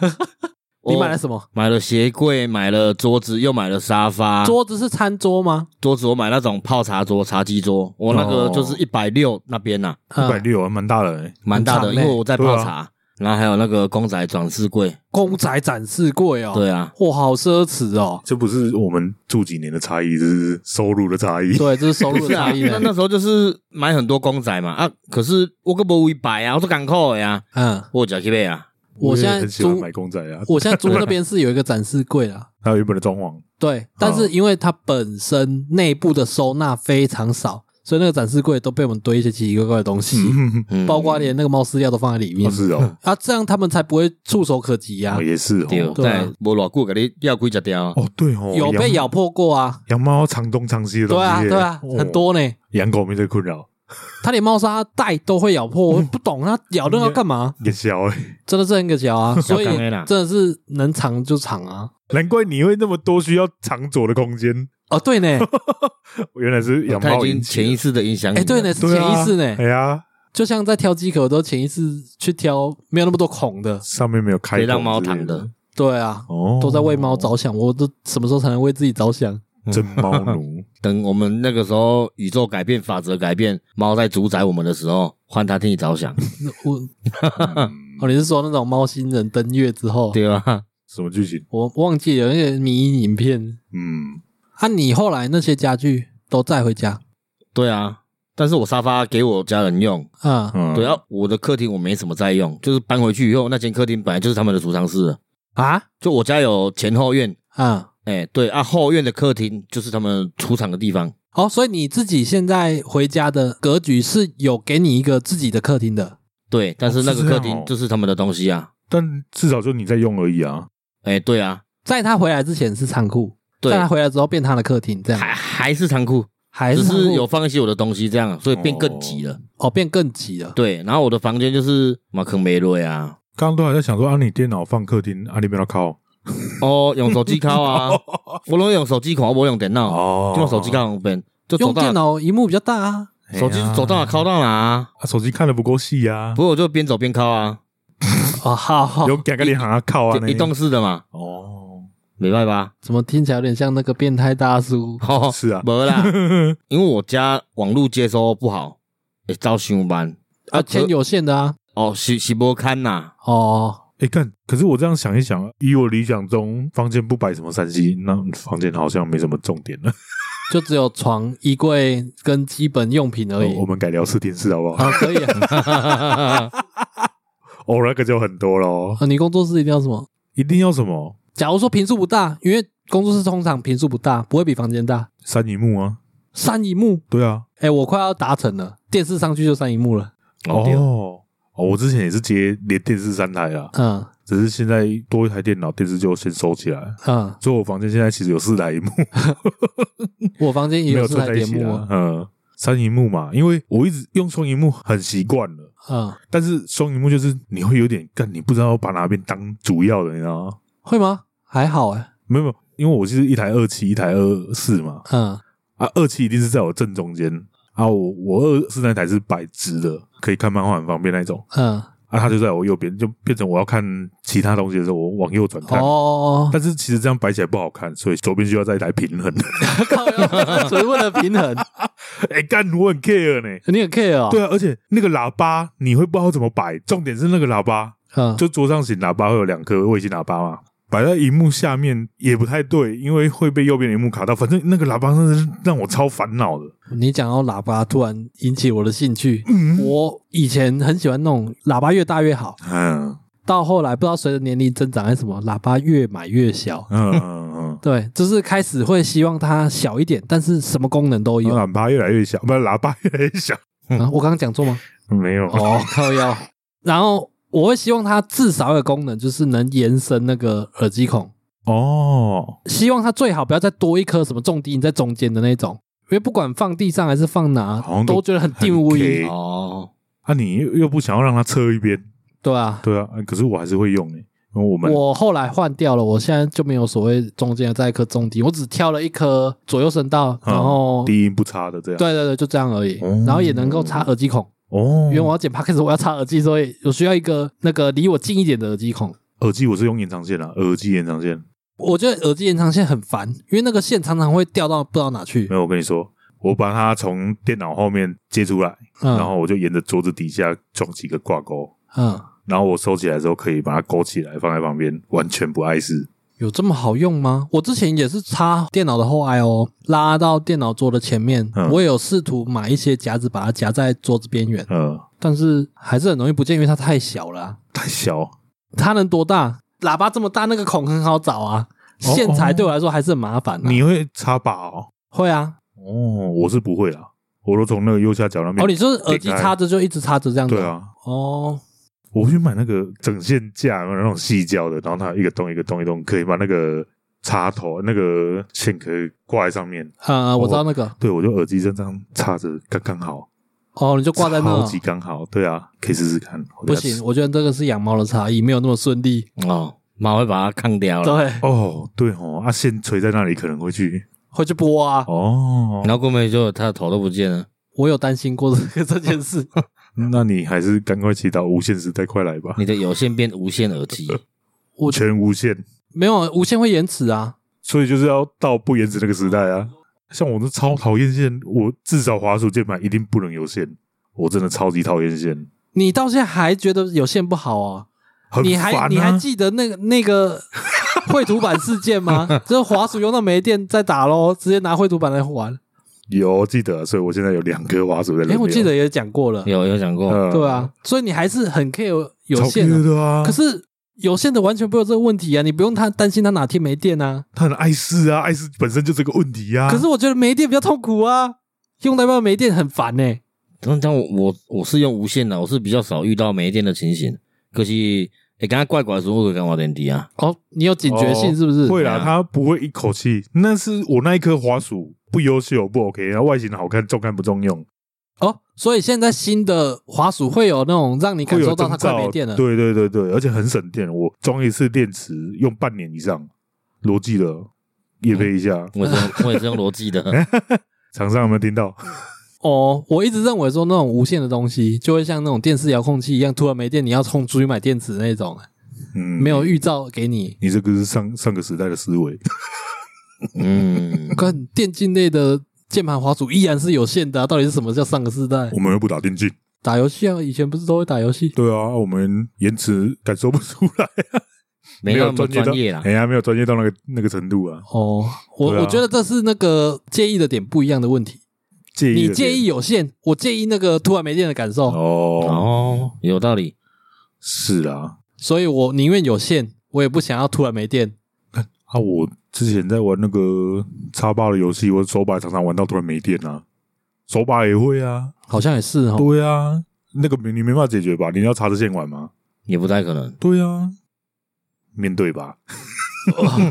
你买了
我
什么？
买了鞋柜，买了桌子，又买了沙发。
桌子是餐桌吗？
桌子我买那种泡茶桌、茶几桌，
哦
我那个就是一百六那边呐、
嗯
一百六，蛮大的欸。
蛮大的，
很
因
长欸
啊，
为我在泡茶，然后还有那个公仔展示柜，
公仔展示柜哦，
对啊，
哇，好奢侈 哦
这不是我们住几年的差异，这是收入的差异。
对，这是收入
不是
的
啊，
差异
那那
了。
时候就是买很多公仔嘛啊，可是我个不会摆啊，我都港口的呀，
嗯，
我假去买啊，
我现
也
在
很喜欢
租，
买公仔啊，
我现在租那边是有一个展示柜啦，
还有原本的 装潢，
对，但
哦
是因为它本身内部的收纳非常少，所以那个展示柜都被我们堆一些奇奇怪怪的东西，
嗯，
包括连那个猫饲料都放在里
哦
面
是哦，
啊，这样他们才不会触手可及呀
哦。也是
对
哦，，
对啊
对，无偌久给你要几只条，
哦对哦，
有被
养
咬破过啊，
养猫藏东藏西的东
对
西
啊，
耶，
对啊，
哦
很多呢。
养狗没这困扰，
它连猫砂袋都会咬 破，我不懂它咬那个要干嘛？
也小哎，
真的是很可笑
嗯
啊！所以
小坑的啦
真的是能藏就藏啊。
难怪你会那么多需要长左的空间，
哦，对呢，
嗯原来
哦
是养
他已
猫引
经
起的
潜意识的影响你了，
哎，对呢，是
对
潜
啊
意识呢
哎，呀，
就像在挑鸡壳，我都潜意识去挑没有那么多孔的。
上面没有开
可以
口
让猫
之类
躺的，
对啊，
哦，
都在为猫着想，我都什么时候才能为自己着想？
嗯
真猫 奴，
等我们那个时候宇宙改变法则改变，猫在主宰我们的时候，换它替你着想，
我
嗯
哦，你是说那种猫星人登月之后，
对吧？
什么剧情？
我忘记有那个迷因影片
嗯，
啊？你后来那些家具都带回家
对啊，但是我沙发给我家人用，
啊？
嗯
对啊，我的客厅我没什么在用，就是搬回去以后，那间客厅本来就是他们的储藏室了，
啊
就我家有前后院，
啊！
哎、对啊，后院的客厅就是他们出厂的地方，
哦，所以你自己现在回家的格局是有给你一个自己的客厅的
对，但是那个
是这
客
样
厅
哦
就是他们的东西啊，
但至少就你在用而已啊。
哎、对啊，
在他回来之前是仓库，
对
在他回来之后变他的客厅，这样
还还是仓库，
还
只
仓库
是有放一些我的东西这样，所以变更挤了。
哦变更挤了。
对，然后我的房间就是马克梅瑞啊，
刚刚都还在想说，啊，你电脑放客厅，啊，你不要靠
哦，用手机 敲啊，我拢用手机看，我不用电脑，
哦
就用手机，看旁边，就走
用
到
电脑荧幕比较大啊，
手机走到哪敲到哪、啊，
哎啊，手机看的不够细啊
不，过我就边走边敲啊，
哦好好，
有两个你行啊靠啊，
就移动式的嘛，
哦，
没办法，
怎么听起来有点像那个变态大叔？
哦，
是啊，
没啦，因为我家网络接收不好，会遭上班，
啊，钱
可
有限的啊，
哦，是是无 看呐，
哦，
哎，看，可是我这样想一想，以我理想中，房间不摆什么三 C，那房间好像没什么重点了。
就只有床、衣柜跟基本用品而已
哦我们改聊视听室好不好？
啊，可以啊。
哦，那个就很多喽，
啊你工作室一定要什么？
一定要什么
假如说平数不大，因为工作室通常平数不大，不会比房间大，
三荧幕啊？
三荧幕
对啊，
哎、我快要达成了，电视上去就三荧幕了。
哦对
哦。哦，我之前也是接连电视三台啊，
嗯
只是现在多一台电脑，电视就先收起来。
嗯，
所以我房间现在其实有四台荧幕，
我房间也
没有
四
串
台
在一
电
起
幕
啊
啊。。
嗯，三荧幕嘛，因为我一直用双荧幕很习惯了，
嗯，
但是双荧幕就是你会有点干，你不知道把哪边当主要的，你知道吗？
会吗？还好哎、
没有，没有，因为我是一台二七，一台二四嘛，
嗯，
啊，二七一定是在我正中间啊，我我二四那台是摆直的，可以看漫画很方便那种
嗯
啊，它就在我右边，就变成我要看其他东西的时候，我往右转看。
哦，
但是其实这样摆起来不好看，所以左边需要再一台平衡。
靠腰， 只是为了平衡，
哎、干，我很 care 呢、
你很 care 哦。
对，啊，而且那个喇叭你会不知道怎么摆，重点是那个喇叭，
嗯，
就桌上型喇叭会有两颗卫星喇叭嘛，摆在荧幕下面也不太对，因为会被右边的荧幕卡到。反正那个喇叭真的是让我超烦恼的。
你讲到喇叭，突然引起我的兴趣。
嗯
我以前很喜欢那种喇叭越大越好，
嗯
到后来不知道随着年龄增长还是什么，喇叭越买越小。
嗯嗯
对，就是开始会希望它小一点，但是什么功能都
嗯，
有。
喇叭越来越小，不是喇叭越来越小，
啊，我刚刚讲错吗？
没有
哦，靠 腰。 然后我会希望它至少有个功能，就是能延伸那个耳机孔。
哦，
希望它最好不要再多一颗什么重低音在中间的那种，因为不管放地上还是放哪
好，像都
都觉得很定位。
很 K
哦，
啊，你又又不想要让它侧一边，
对啊，
对啊，可是我还是会用呢、因为我们
我后来换掉了，我现在就没有所谓中间的再一颗重低音，我只挑了一颗左右声道，
嗯
然后对
低音不差的这样。
对啊对，就这样而已
哦。
然后也能够插耳机孔，
哦，
因为我要剪 p o d c a 我要插耳机，所以我需要一个那个离我近一点的耳机孔。
耳机我是用延长线啊，耳机延长线。
我觉得耳机延长线很烦，因为那个线常常会掉到不知道哪去
没。有，我跟你说，我把它从电脑后面接出来，然
嗯
后我就沿着桌子底下撞几个挂钩，
嗯，
然后我收起来的时候可以把它勾起来放在旁边，完全不碍事。
有这么好用吗？我之前也是插电脑的后 I O 拉到电脑桌的前面，
嗯
我也有试图买一些夹子把它夹在桌子边缘，
嗯，
但是还是很容易不见，因为它太小了啊、
太小，
它能多大？喇叭这么大，那个孔很好找啊。
哦
线材对我来说还是很麻烦、啊。
你会插拔哦？
会啊？
哦，我是不会啦，我都从那个右下角那边。
哦，你就是耳机插着就一直插着这样子。
对。啊，
哦，
我去买那个整线架，那种细胶的，然后它一个洞一个洞一个洞，可以把那个插头那个线可以挂在上面。
呃，我知道那个。
对，我就耳机这样插着，刚刚好，
哦，你就挂在那
超
哦。
级刚好。对啊，可以试试看。我
不
等下试
行，我觉得这个是养猫的差异，没有那么顺利。
哦，妈会把它抗掉了，
对，
哦，对哦，啊，线垂在那里可能会去
会去播啊。
哦。
然后过没久他的头都不见了，
我有担心过这个这件事。
那你还是赶快祈祷无线时代快来吧，
你的有线变无线 耳机，
我
全无线，
没有无线会延迟啊。
所以就是要到不延迟那个时代啊。像我这超讨厌线，我至少滑鼠键盘一定不能有线，我真的超级讨厌线，
你到现在还觉得有线不好啊？
很
你
烦、啊
还你还记得那个那 个绘图板事件吗？就是滑鼠用到没电再打咯，直接拿绘图板来玩。
有记得，所以我现在有两颗滑鼠在那
哎，
边。
我记得也讲过了，
有有讲过，
呃
对，啊，所以你还是很 care 有
超
线的、
虐的啊，
可是有线的完全不会有这个问题啊，你不用他担心他哪天没电啊。
他很碍事啊，碍事本身就是个问题啊。
可是我觉得没电比较痛苦啊，用到一半没电很烦呢、
但但我我我是用无线的，我是比较少遇到没电的情形。可惜，哎，刚刚怪怪的时候，我就感觉点低啊，
哦，你有警觉性
哦
是不是？
会
哎
啦，
呀
他不会一口气。那是我那一颗滑鼠不优秀，不 OK，然后外形好看，重看不重用，
哦，所以现在新的滑鼠会有那种让你感
会有
受到它
征
快没
兆
电了。
对对对对，而且很省电，我装一次电池用半年以上，逻辑的也配一下。
我也是用我也是用逻辑的，
厂商有没有听到？
哦，我一直认为说那种无线的东西就会像那种电视遥控器一样，突然没电，你要冲出去买电池那种，
嗯，
没有预兆给你。
你这个是上上个时代的 思维，
嗯，
看电竞类的键盘滑鼠依然是有线的、啊，到底是什么叫上个世代？
我们又不打电竞。
打游戏啊，以前不是都会打游戏？
对啊，我们延迟感受不出来，
没那
有
么
专业到
专业啦
哎。呀，没有专业到那个那个程度啊。
哦，我、
对啊
我觉得这是那个介意的点不一样的问题。
介意
你
的
介
点
意有线，我介意那个突然没电的感受，
哦？
哦，有道理。
是啊，
所以我宁愿有线，我也不想要突然没电。
啊，我之前在玩那个叉八的游戏，我手把常常玩到突然没电啊，手把也会啊，
好像也是哦，
对啊，那个没你没办法解决吧？你要插着线玩吗？
也不太可能。
对啊，面对吧，
呃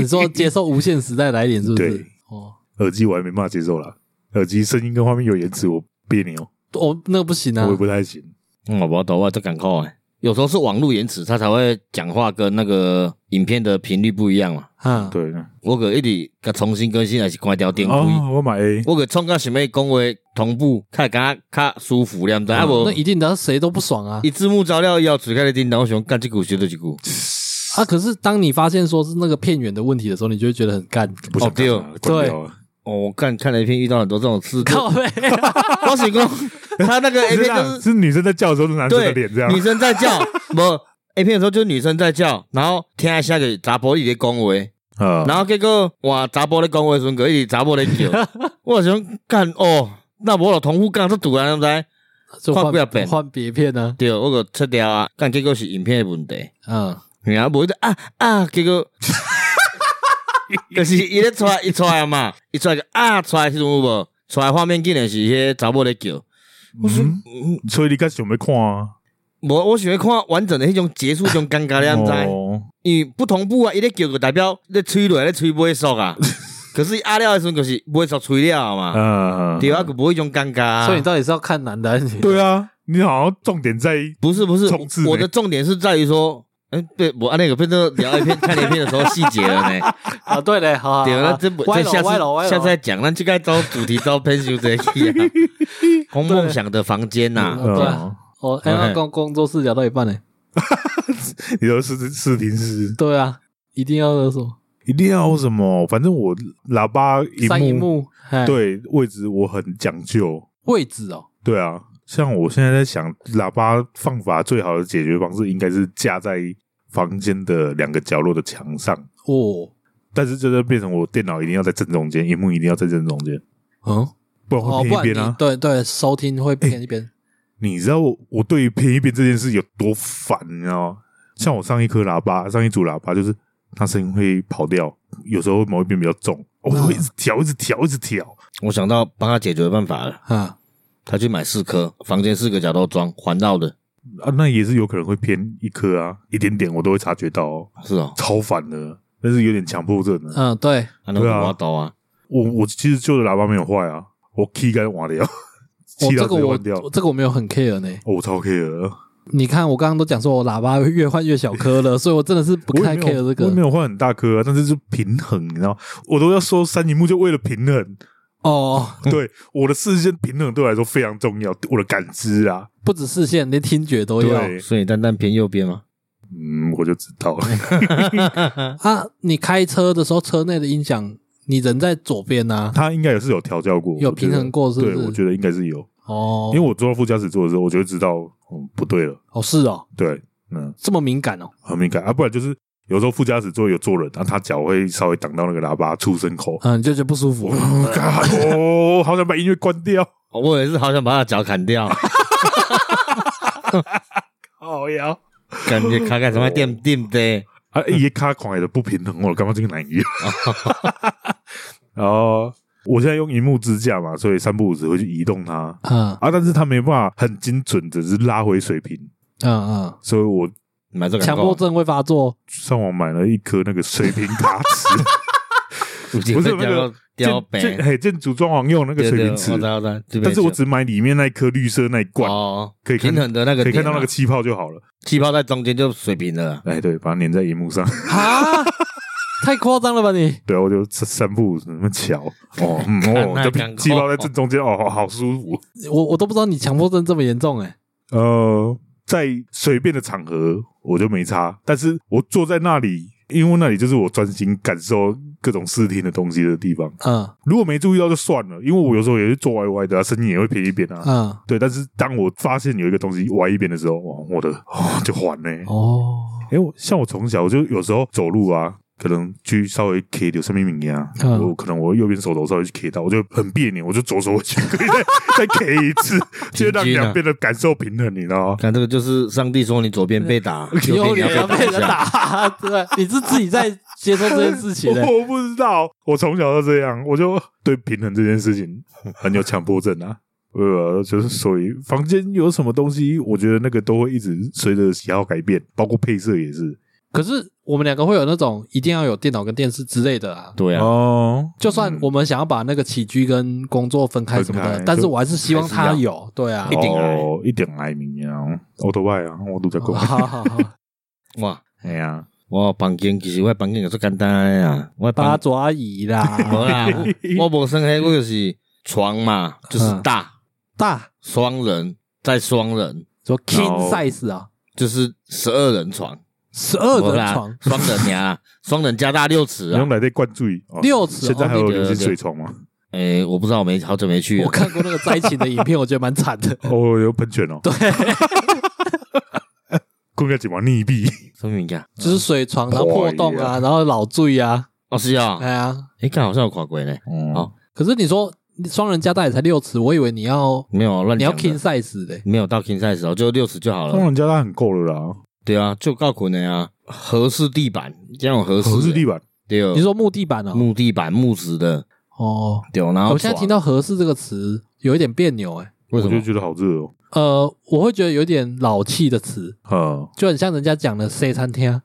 你说接受无线时代来临是不是
对？
哦，
耳机我还没办法接受啦，耳机声音跟画面有延迟，我别扭，
哦，那个不行啊
我也，不太行。
嗯，我不懂啊，这赶快哎。有时候是网络延迟，它才会讲话跟那个影片的频率不一样嘛。
啊，
对，
我可一直给重新更新，还是关掉电轨。
哦，我买 A，
我可创到想要讲话同步，看感觉较舒服，你知道啊
那
无？
一定的，谁都不爽啊
伊字幕照了以后，嘴开始叮当，我想干这句学到这句。
啊！可是当你发现说是那个片源的问题的时候，你就会觉得很干，
不想
哦对哦
看了关掉了。
哦，我看看了一篇遇到很多这种事，
靠背
我想讲，他哎那个 A
是这
片就
样
是
是女生在叫的时候，男生的
对
脸这样。
女生 在叫，不 A 片的时候就是女生在叫，然后听一下给查甫你在恭维，
啊
然后结果哇查甫在恭维的时阵，就一直查甫 在叫，我想干哦，那我老同父干这突然知道，
就
换不了本
换换别片啊呢，
对，我给切掉啊，干结果是影片的问题。
嗯，
然后无就啊啊，结果 就是伊咧出来，伊出来嘛，伊出来就啊出来时阵有无？出来画面竟然是迄查某咧叫，
嗯，所以你较想要看啊？
无我想要看完整的迄种结束，迄种尴尬的样子，
哦
伊不同步啊，伊咧叫就代表咧吹落来咧吹尾 数啊，可是伊压了的时阵就是尾数吹了嘛，
啊，
对啊，就无迄种尴尬啊。
嗯所以你到底是要看男的还是女的？
对啊，你好像重点在于
不是不是
冲刺，
欸
呢
我的重点是在于说。哎，对我啊，那个变成聊一篇看影片的时候细节了呢。
啊，对嘞，好好，
对，那
好
这不
歪
这
楼
下次
歪楼歪楼，
下次再讲，那就该招主题招 p e n s i l 这一啊，红梦想的房间呐、
嗯对啊哦，哎，那
OK
工工作室聊到一半呢，
你说试试听师
对啊，一定要勒索
一定要什么？反正我喇叭
三
荧
荧幕，哎，
对位置我很讲究，
位置哦，
对啊，像我现在在想，喇叭放法最好的解决方式应该是架在房间的两个角落的墙上，
哦，
但是这就变成我电脑一定要在正中间，荧幕一定要在正中间，
嗯，
不然
哦，
会
不
偏一
然
边
你
啊。
对对，收听会偏一边。
你知道我我对于偏一边这件事有多烦，你知道吗？像我上一颗喇叭，上一组喇叭就是它声音会跑掉，有时候某一边比较重，我
嗯
会一直调，一直调，一直调。
我想到帮他解决办法了，
哎
啊，他
他去买四颗，房间四个角都装环绕的，
啊，那也是有可能会偏一颗啊，一点点我都会察觉到、哦，
是哦，
超烦的，但是有点强迫症的、啊。
嗯，对，
啊那
对啊
我刀啊，
我我其实旧的喇叭没有坏啊，我 key 该换掉，
我
气到
哦这个
直接
我
换掉，
我这个我没有很 care 呢。
哦我超 care 的。
你看，我刚刚都讲说我喇叭越换越小颗 了，所以我真的是不
我也
太
没
care
有
这
我也
个。
没有换很大颗啊，但是就平衡，你知道吗，我都要说三荧幕就为了平衡，
哦，
对我的视线平衡对我来说非常重要，我的感知啊，
不止视线，连听觉都要
对，
所以蛋蛋偏右边吗？
嗯，我就知道了，
啊。你开车的时候，车内的音响，你人在左边呐。
他应该也是有调教过，
有
我觉得
平衡过是不是
对，我觉得应该是有，
哦
因为，我坐到副驾驶座的时候，我就会知道，嗯，不对了，
哦是哦，
对，嗯，
这么敏感哦。
很敏感啊，不然就是有时候副驾驶座有坐人，然啊后他脚会稍微挡到那个喇叭出声 口，
嗯，你就觉得不舒服
我。God，哦，好想把音乐关掉，
哦我也是好想把他的脚砍 掉，
哦
好呀，
感觉卡卡什么
哦
垫垫的，
啊，一卡狂的不平衡，我干嘛这个 难一样？然后我现在用荧幕支架嘛，所以三不五时会去移动它
嗯
啊，但是它没办法很精准的是拉回水平，
嗯
所以我
买这
嗯，
个
强迫，症会发作。
上网买了一颗那个水平卡 尺，
不是
不是那
雕
个
雕白，
建建嘿建筑装潢用那个
对
水
对，
平
我
尺
知，道我知道，这边
但是我
就
只买里面那一颗绿色那一罐，
哦，
可以看
平衡的那个
可以看
点
到那
啊
个气泡就好了。
气泡在中间就水平了啊，
哎，对，把它粘在荧幕上。
啊，太夸张了吧你？
对啊，我就三三步那么巧哦，嗯
那
哦，这
两
边
个
气泡在正中间哦，好好舒服。
我我都不知道你强迫症这么严重哎、
呃，在随便的场合我就没差，但是我坐在那里，因为那里就是我专心感受各种视听的东西的地方。
嗯
如果没注意到就算了，因为我有时候也是坐歪歪的、啊，声音也会偏一边啊。
嗯，
对，但是当我发现有一个东西歪一边的时候，哇，我的 哦就缓呢、
哦，
哎、我像我从小我就有时候走路啊，可能去稍微 K 有生命名啊，
嗯
我可能我右边手肘稍微去 K 到，我就很别扭，我就左手回去 再再 K 一 次，就让
平均啊
两边的感受平衡，你知道吗？
看这个就是上帝说你左边 被打，
以
右
后你
边你
要
要
被
被
人
打一
打，
下，
对，你是自己在接受这件事情的、
我我不知道，我从小就这样，我就对平衡这件事情很有强迫症啊。 呃，就是所以房间有什么东西，我觉得那个都会一直随着喜好改变，包括配色也是。
可是我们两个会有那种一定要有电脑跟电视之类的啊。
对啊，
哦，
就算我们想要把那个起居跟工作分开什么
分
的
开，
但是我还是希望
还
他
是
有，对啊
一。定来
哦，一点来明啊，我都爱啊，我都在
好
讲。
好好，
哇，
哎呀，
我的房间其实我的房间也是简单的啊，我的
八
房
爪椅啦，
无啦，我无算黑，我就是床嘛，
啊
就是大
大
双人再双人，
说 king
后
size 啊，
就是十二人床，
十二
没
人
啦
床，
双人 呀，双人加大六尺
你用
啊。
来在灌醉哦
六尺哦
现在还有
那
个
流行水啊床吗？
诶，我不知道，我没好久没去
我
了。
看过那个灾情的影片，我觉得蛮惨的。
哦，有喷泉哦，
对，
困个几毛溺毙，
什么名家？
就是水床，然后破洞
破
啊，然后老醉啊，
哦，是啊，
哎呀。
诶，看好像有垮鬼呢。
哦
好，
可是你说双人加大也才六尺，我以为你要
没有乱
你要
讲
king
的，
size 的，
没有到 king size 哦，就六尺就好
当
了。
然家它很够了啦，
对啊，就够困的啊，合适地板，这样有合适
合适地
板，
板
对哦，
你说木地板哦？
木地板木质的，
哦，
对哦，然后
我现在
床
听到“合适”这个词有一点别扭，哎，
为什
我
么
就？觉得好热哦，
呃，我会觉得有点老气的词，
嗯，
就很像人家讲的西餐厅啊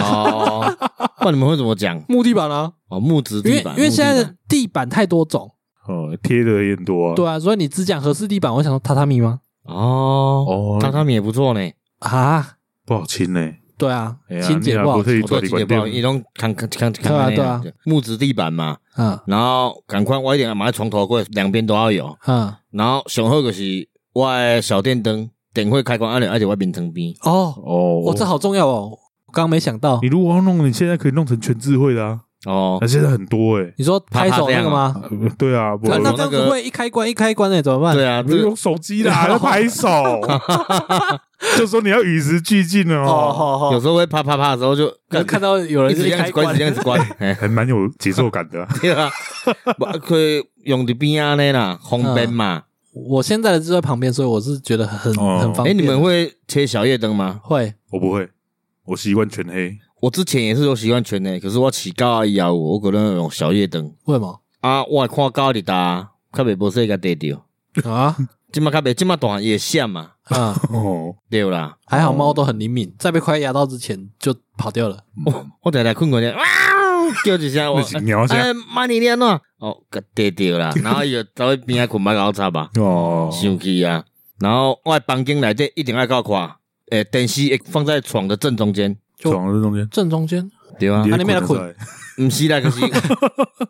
哦，那你们会怎么讲？
木地板啊，
哦，木质
因为
地板，
因为现在
木地板
的地板太多种，
哦，贴的也很多啊。
对啊，所以你只讲合适地板，我想说榻榻米吗？
哦，
哦，
榻榻米也不错呢。
啊，
不好清呢。
对啊
哎，呀
清洁
你
不
若
好
不，是去
我
做
对
旅
几
馆
不好，你
店，
拢看看看看
啊对啊，
木质地板嘛，
嗯
然后赶快我一定买在床头柜，两边都要有。
嗯，
然后上好就是我的小电灯，电会开关按钮，而且我面床边。
哦，
哦，
我这好重要哦，我刚刚没想到
你，如果要弄，你现在可以弄成全智慧的啊，
哦
那，现在很多哎、
你说拍手那个吗？
呃对啊，不
啪啪
啊
这样
那
啊
这样
那
子
个
会一开关一开关那怎么办？
对啊，
不
这
是
个
用手机啦，要 拍手，就说你要与时俱进
哦，
哦，
好好
有，时候会啪啪啪的时候就
可能看到有人
一直
是
这样
开
子关，一
关
直这，样子 关，哎，
还蛮有节奏感的啊、
对啊，不可以用的边啊那啦，红边
啊
嘛。
我现在的就在旁边，所以我是觉得很
哦
很方
哎，
便。啊
你们会切小夜灯吗？
会
我不会，我习惯全黑，
我之前也是有习惯全黑，可是我起高阿姨啊，我可能用小夜灯
为什么
啊，我会看高的哒，较袂无世界地掉。
啊？
即马较袂，即马大汉也闪嘛，
嗯，
哦，
对啦。
还好猫都很灵敏，在被快压到之前就跑掉了。
我我常常困困咧，哇，叫一声我
那。啊是鸟声
哎，妈你安怎？哦，个跌 掉啦，然后伊就走去边仔困，别搞插吧，
哦，
生气啊。然后我的房间内底一定爱搞看，诶，电视会放在床的正中间，
就
床的中间，
正中间
对啊
啊
你，也
你没来
困得出来，
毋是 啦，就是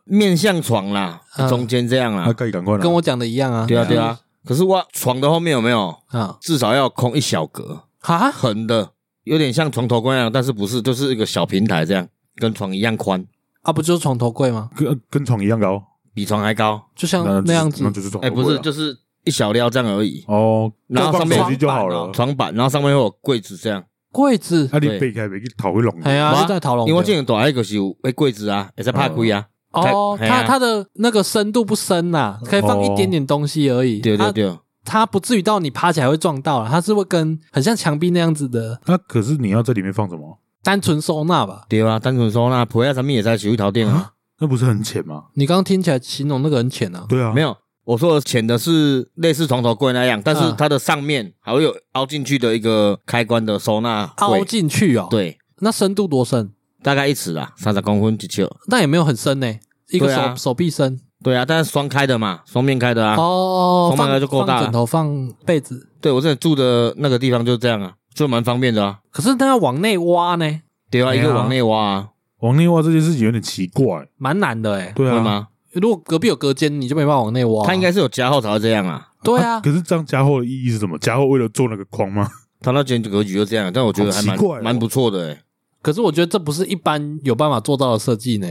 面向床啦，
嗯
中间这样
啊，
啦，
可以赶快啦
跟我讲的一样啊。
对啊对啊。可是我床的后面有没有？
啊
至少要空一小格，
哈，
横的，有点像床头柜那样，但是不是，就是一个小平台这样，跟床一样宽，
啊不就是床头柜吗？
跟跟床一样高，
比床还高。
就
那
像那样子
那，就是床
哎、
头柜啊，
不是，就是一小撩这样而已，
哦，
然后
就放
上面
手机就好
床板
了
哦。
床板，然后上面会有柜子这样。
柜子
啊，，你
对
背开背去头会拢，
哎
有
呀，
啊
就在逃龙的。
因为我之前住的就是有诶柜子啊，也在怕鬼啊。
哦，它
太嘿啊哦
它的那个深度不深呐，可以放一点点东西而已。
对对
它
对，
它不至于到你爬起来会撞到了，它是会跟很像墙壁那样子的
那啊可是你要在里面放什么？
单纯收纳吧。
对啊，单纯说那陪啊，咱们也在洗一头店啊。
那不是很浅吗？
你刚刚听起来形容那个很浅啊，
对啊，
嗯没
有
有，我说的浅的是类似床头柜那样，但是
嗯
它的上面还会有凹进去的一个开关的收纳
凹
柜，
进去哦。，
对，
那深度多深？
大概一尺啦，三十公分一尺。
那也没有很深呢，一个
对
手、
啊
手臂深。
对啊，但是双开的嘛，双面开的啊。
哦，
放
放
那个就够大
放
了
枕头放被子，
对我之前住的那个地方就是这样啊，就蛮方便的啊。
可是那要往内挖呢，
对
对
啊，
啊
一个往内挖啊，
往内挖这件事情有点奇怪，
蛮难的哎。
对
会
啊，
吗？
如果隔壁有隔间，你就没办法往内挖。
他应该是有加厚才会这样啊。啊
对 啊，
可是这样加厚的意义是什么？加厚为了做那个框吗？
他那间格局就这样，但我觉得还
好奇
蛮
怪哦
蛮不错的欸
可是我觉得这不是一般有办法做到的设计呢。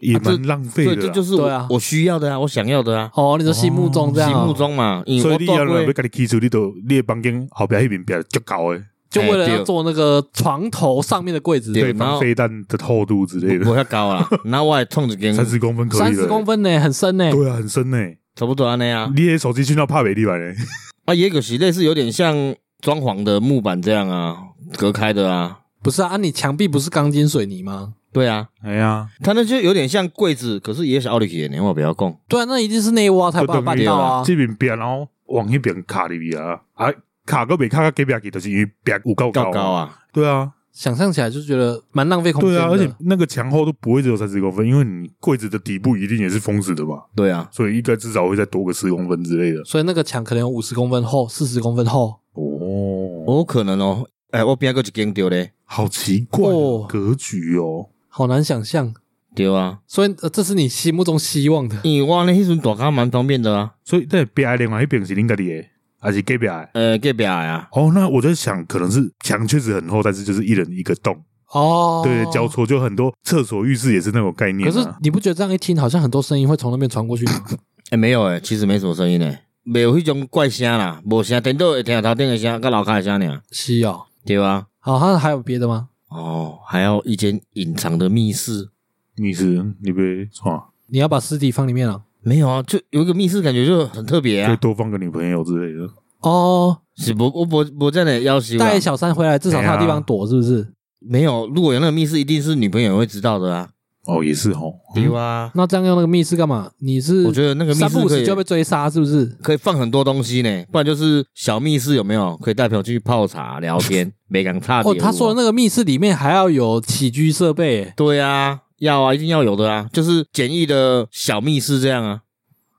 也
啊这
蛮浪费
对，
的
这
啦。
就是
对啊
我我需要的啊，我想要的啊，
哦，你说心目中这样
心
哦，
目中嘛，因为
所
我
以你要
住
若要
过
甲你起出，你都你的房间后壁迄边壁足高诶，
就为了
哎对
要做那个床头上面的柜子，
对
对
然
防
后
飞弹的厚度之类的，
我较 高啊，然后我也创一间
三十公分可以了
三十公，分呢，很深呢。
对啊，很深诶。
差不多安尼啊，
你的手机讯到怕袂入来咧，
啊也可惜类似有点像装潢的木板这样啊，隔开的啊，
不是啊，啊你墙壁不是钢筋水泥吗？
对啊，
哎呀，
他那就有点像柜子，可是也是奥利给的，我不要讲，
对啊，那一定是内挖才有办法办到啊。
这边壁然后往迄边卡入去啊，啊卡个袂卡到隔壁去，就是因为壁有够
够
高
高，啊，
对啊，
想象起来就觉得蛮浪费空间
对
的。
啊，而且那个墙厚都不会只有三十公分，因为你柜子的底部一定也是封死的嘛，
对啊，
所以应该至少会再多个十公分之类的。
所以那个墙可能有五十公分厚、四十公分厚，
哦，
我有可能哦，哎，我边还有一间丢嘞，
好奇怪哦
哦
格局哦，
好难想象。
对啊，
所以、呃、这是你心目中希望的。
因为我那迄阵大家蛮方便的啊，
所以在壁的另外一边是恁家己的，还是隔壁的？
呃，隔壁的啊，
哦，那我在想，可能是墙确实很厚，但是就是一人一个洞，
哦，
对，交。错，就很多厕所、浴室也是那种概念、
可
啊。
是你不觉得这样一听，好像很多声音会从那边传过去 吗？
哎，没有哎，其实没什么声音诶，没有迄种怪声啦，无声，顶多会听到头顶的声，跟楼骹的声尔，
是哦。
对啊，
好，它还有别的吗？
哦，还要一间隐藏的密室。
你是你被啊，
你要把尸体放里面了？
没有啊，就有一个密室，感觉就很特别
可以
啊。
多放个女朋友之类的。
哦，
是不，我不不这样的要求、啊
带。小三回来，至少他有地方躲，是不是？
没有，啊如果有那个密室，一定是女朋友会知道的啊。
哦，也是哦，
对啊，
那这样用那个密室干嘛？你是
我觉得那个密
三不
室
五
可
时
以
就要被追杀，是不是？
可以放很多东西呢，不然就是小密室有没有？可以带朋友去泡茶聊天， 没敢差
哦，
点。
他说的那个密室里面还要有起居设备耶，
对啊，要啊，一定要有的啊，就是简易的小密室这样啊，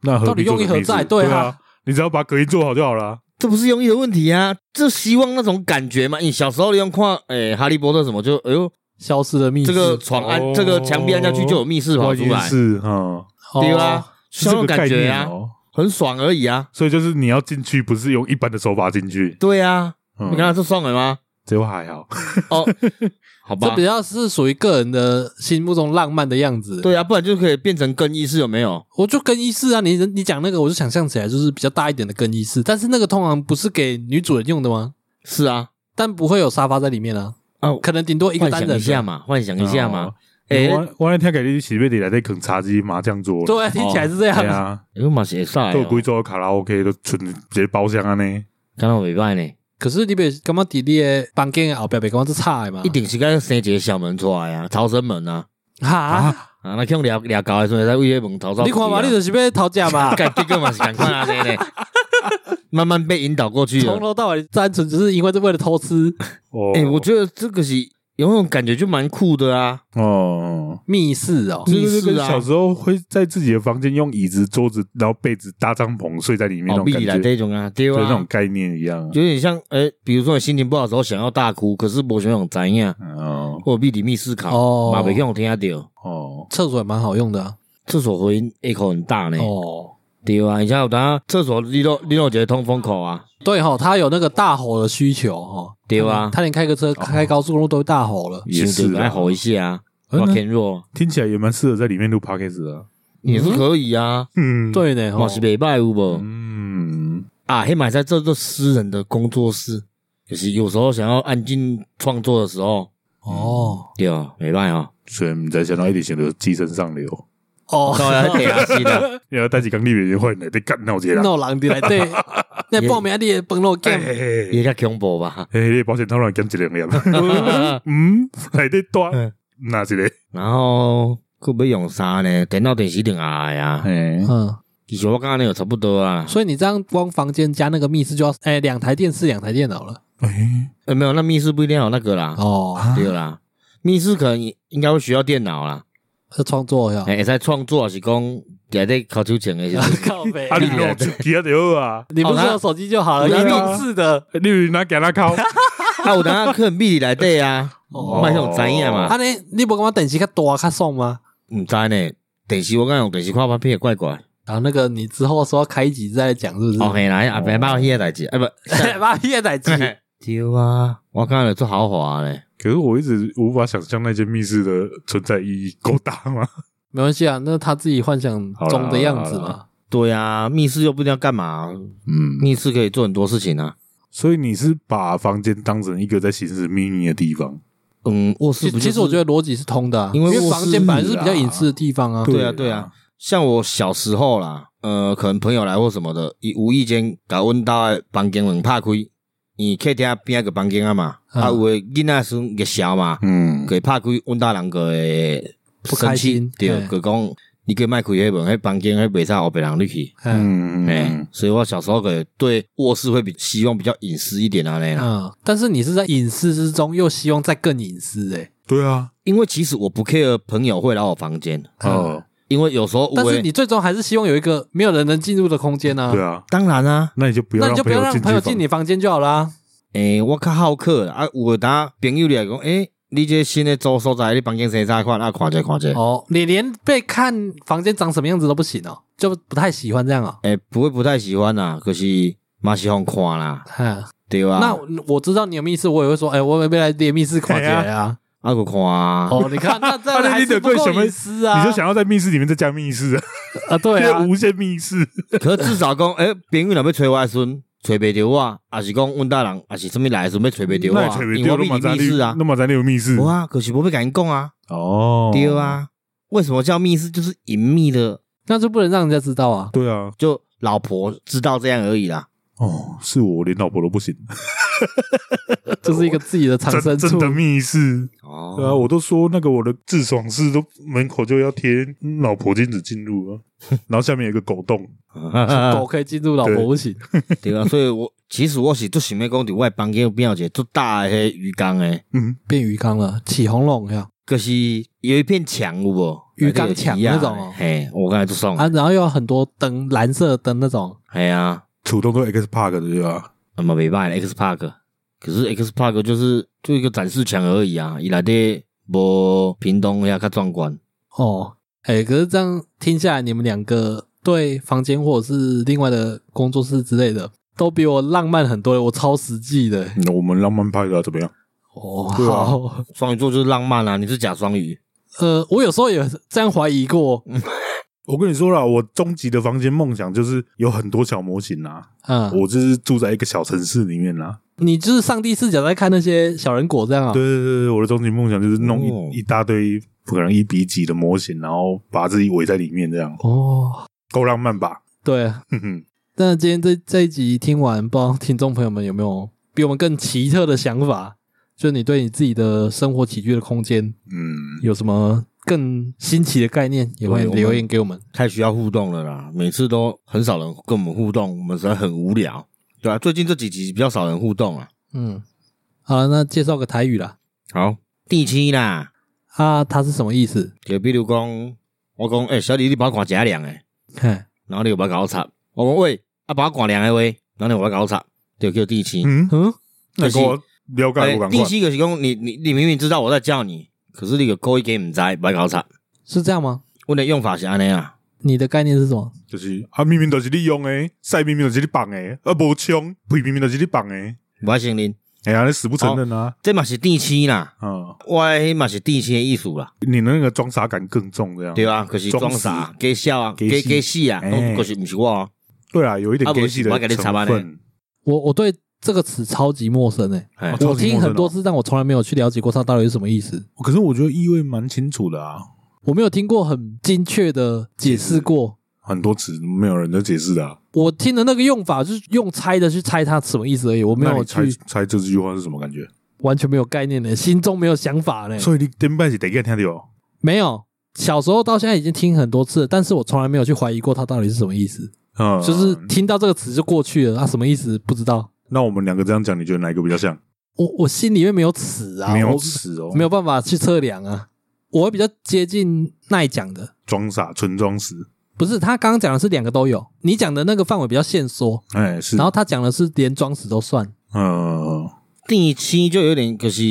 那何
到底
必做
用意
成
何
密室
在？
对
对啊，
你只要把隔音做好就好了。
这不是用意的问题啊，这希望那种感觉嘛。你小时候你用看，哎、哈利波特什么就，哎呦，
消失的密室，
这个床按、
哦
这个墙壁按下去就有密室跑
关
出来，
是啊，
哦
对啊，
是
像
这个
那种
概
感觉
念
啊，
哦。
很爽而已啊。
所以就是你要进去，不是用一般的手法进去。
对啊，
嗯
你看他是爽的吗？
这话还好，
哦，好
这
吧
比，较是属于个人的心目中浪漫的样子。，
对啊，不然就可以变成更衣室有没有？
我就更衣室啊，你你讲那个，我就想象起来就是比较大一点的更衣室，但是那个通常不是给女主人用的吗？
是啊，
但不会有沙发在里面啊，
啊，
可能顶多一个
幻
单
想
人
一下。嘛，幻想一下嘛
哦。
哎，
啊
我我那天感觉是被你来在啃茶鸡麻将桌，
对，啊听起来是这样。
对啊，
哎嘛写晒
都有规做卡拉 OK 都存直接包厢啊呢，
敢若袂歹呢，
可是你别感觉伫你的房间的后壁别讲这差的嘛？
一定是该生一个小门出来啊，逃生门啊，
哈，
啊，那去掠掠到的时阵，再为迄门逃走。啊
你看嘛，你就是要讨价 嘛，
干这个嘛是赶快啊，这呢， 慢慢被引导过去
从
了。
头到尾单纯只是因为是为了偷吃
哦，
哎，我觉得这个是有那种感觉就蛮酷的啊，
哦，
密室哦。
这就是跟
密室啊
小时候会在自己的房间用椅子、桌子，然后被子搭帐篷睡在里面那
哦，
种
比
感
你来
觉，
这种啊，对
就那种
啊，
概念一样啊。
有点像哎，比如说你心情不好的时候想要大哭，可是无想想怎样，
哦
或者比你密室考，
哦
嘛袂去我听到，
哦，
厕所也蛮好用的啊
厕所回音 echo 很大呢。
哦。
对啊，而且有当厕所你都你都有一个通风口啊，
对吼，他有那个大吼的需求哦。
对啊
他连开个车开高速公路都会大吼了。
嗯也是
来
啊，
吼一下啊，
嗯
我天弱
听起来也蛮适合在里面录 podcast 的啊。
也是可以啊，
嗯，，
对呢，吼
嘛是袂歹有无？
嗯，
啊，黑马在这做私人的工作室，就是有时候想要安静创作的时候，
哦
对啊，没办法，
所以你在想到一点想到寄生上 流，
哦，
稍微还得下心的，
然后带起刚立人员坏奶在干闹街啦。
闹人伫来 对，那报名你的本落 game
也
哎，
较恐怖吧。
嘿你的保险套乱减一两 粒，啊嗯，内底大哪一个？
然后佫要用啥呢？电脑、电视、顶啊呀，
哎，
嗯，
其实我刚刚那有差不多啊。
所以你这样光房间加那个密室就要哎两台电视两台电脑了
哎，
呃，没有，那密室不一定要有那个啦，
哦，
对啦，密室可能应该会需要电脑啦，
是创作呀，
哎，在创作还是讲在在考秋前的时候，
靠北 哦
啊，你弄手机啊就好啊，
你不是有手机就好了，
对
有
啊
密室的，
你有拿给他靠，
啊，有当啊去密里来底啊，
哦
卖向知影
啊
嘛，
你你不感觉电视较大较爽吗？
毋知呢，电视我刚用电视看拍片也怪怪。
然后那个你之后说要开一集再来讲是不是？
哦，嘿啦，阿伯捌有迄个代
哦
志，啊不，
妈逼的代 志，
对 啊，我刚才做豪华嘞，
可是我一直无法想象那间密室的存在意义够大吗？
没关系啊，那他自己幻想中的样子
好啦好啦
嘛。
对啊，密室又不一定要干嘛，
嗯
密室可以做很多事情啊。
所以你是把房间当成一个在行使命令的地方，
嗯，卧室
其
不
其实我觉
得，
得逻辑是通的啊，
因
因
为卧室
房间本来就是比较隐私的地方啊。
对啊对啊，像我小时候啦，呃，可能朋友来或什么的，伊无意间甲阮兜的房间门拍开，伊客厅边仔个房间啊嘛，
嗯
啊有诶囡仔时阵个小嘛，
嗯，
给拍开，阮兜人个会
不开心
生气对，
嘿
个讲你给卖开迄门，迄房间迄袂使后别人入去。
嗯
嗯
哎、所以我小时候可能对卧室会比希望比较隐私一点啊那样啦，
嗯，但是你是在隐私之中，又希望再更隐私哎。
对啊，
因为其实我不 care 朋友会来我房间，
哦，
因为有时候
啊但
我
是你最终还是希望有一个没有人能进入的空间啊。
对啊，
当然啊，
那你就不要
那你就不要让
进
朋友进
去
你房间就好啦。
诶、我较好客啦啊，有当朋友来讲，诶、你这新的租所在，你房间谁在看啊？看者看者，诶、
哦，你连被看房间长什么样子都不行哦，就不太喜欢这样哦。
不会不太喜欢啦，可是嘛是互看啦，
哈，
对吧、啊
那我知道你有密室，我也会说，哎，我也被来连密室垮起来啊。
啊个看啊，
哦，你 看，那这样
啊那
还
你
是
得
不
对
够
什么
隐私啊？
房，你就想要在密室里面再加密室，
啊，对啊，
无限密室，
可至少讲，诶、朋友若要找我的时阵，找袂着我，啊是讲阮大人，啊是什么来的时阵要找袂
啊
着
那
我，啊因为我秘密室啊
那。么咱有密室
无啊，可是我要甲因讲啊，
嗯哦
对，啊，为什么叫密室？就是隐秘的，
那就不能让人家知道啊。
对啊，
就老婆知道这样而已啦。
哦，是我连老婆都不行，
这是一个自己的藏
真
身
真
处。
的密室，对啊，
哦，
我都说那个我的自爽室都门口就要贴老婆禁止进 入啊，然后下面有一个狗洞，
狗哦可以进入，老婆不行。
对啊，所以我其实我是最想要讲，伫我的房间有边有一个最大的迄鱼缸诶，
嗯，
变鱼缸了，起红龙呀，
就是有一片墙有无？
鱼缸墙那种哦
啊嘿，我刚才就送，
啊，然后又有很多灯，蓝色的灯那种，
嘿啊，
主动都 X Park 的对吧？
那么袂歹 X Park，可是 X Park 就是就一个展示墙而已啊，伊内底无屏东遐较壮观。
哦，哎，可是这样听下来，你们两个对房间或者是另外的工作室之类的，都比我浪漫很多，我超实际的。
嗯我们浪漫派的啊、怎么样？
哦，
对啊
好，
双鱼座就是浪漫啊，你是假双鱼，
呃，我有时候也这样怀疑过，
我跟你说了，我终极的房间梦想就是有很多小模型啊，
嗯，
我就是住在一个小城市里面啦、
你就是上帝视角在看那些小人国这样啊、
对对对对，我的终极梦想就是弄一、
嗯哦
一大堆可能一比几的模型，然后把自己围在里面，这样
哦，
够浪漫吧？
对。
哼哼，
但今天这这一集听完，不知道听众朋友们有没有比我们更奇特的想法？就是你对你自己的生活起居的空间
嗯，
有什么更新奇的概念，也欢迎
对我们
留言给我们。
太需要互动了啦，每次都很少人跟我们互动，我们实在很无聊，对啊，最近这几集比较少人互动啊。
嗯，好了，那介绍个台语啦。
好，第七啦，
啊，它是什么意思？
就比如讲，我讲，诶、小李，你把我赶假凉诶，
嘿，
欸然后你有把我搞插，我讲喂，啊，把我赶凉诶喂，然后你有把我搞插，就叫第七。
嗯，
嗯，
那给我了解
诶
我赶
哎第
快，
七个是讲，你你你明明知道我在叫你，可是你有故意给唔知，把我搞插。
是这样吗？
我的用法是安尼啊，
你的概念是什么？
就是啊，明明就是你用诶，赛明明就是你绑诶，啊，无枪，屁明明就是你绑诶，
我承认，
哎呀，你死不承认啊！
这嘛是第七啦，
嗯，
我的那嘛是第七的意思啦。
你那个装傻感更重，这样
对啊，可是装傻、假笑啊、假
假哦死
假死啊，
哎
拢可是毋是我哦。
对啊，有一点
啊不是
gay 系的
我给你插吧
成分，
我我对这个词超级陌生诶、
哎
哦，
我
超级
听
陌生
很多
哦
次，但我从来没有去了解过它到底是什么意思。
可是我觉得意味蛮清楚的啊，
我没有听过很精确的解释过。
很多词没有人在解释的啊。
我听的那个用法就是用猜的去猜它什么意思而已，我没
那
有
你猜
去
猜这句话是什么感觉？
完全没有概念呢、心中没有想法呢、
所以你顶摆是第一个听到，
没有。小时候到现在已经听很多次了，但是我从来没有去怀疑过它到底是什么意思，
嗯，
就是听到这个词就过去了，啊，什么意思不知道。
那我们两个这样讲，你觉得哪一个比较像？
我我心里面没有尺啊，
没有
我
词哦，
没有办法去测量啊。我会比较接近耐讲的，
装傻，纯装死。
不是他刚刚讲的是两个都有，你讲的那个范围比较限缩，
哎，是，
然后他讲的是连装死都算。
嗯，
第七就有点，可是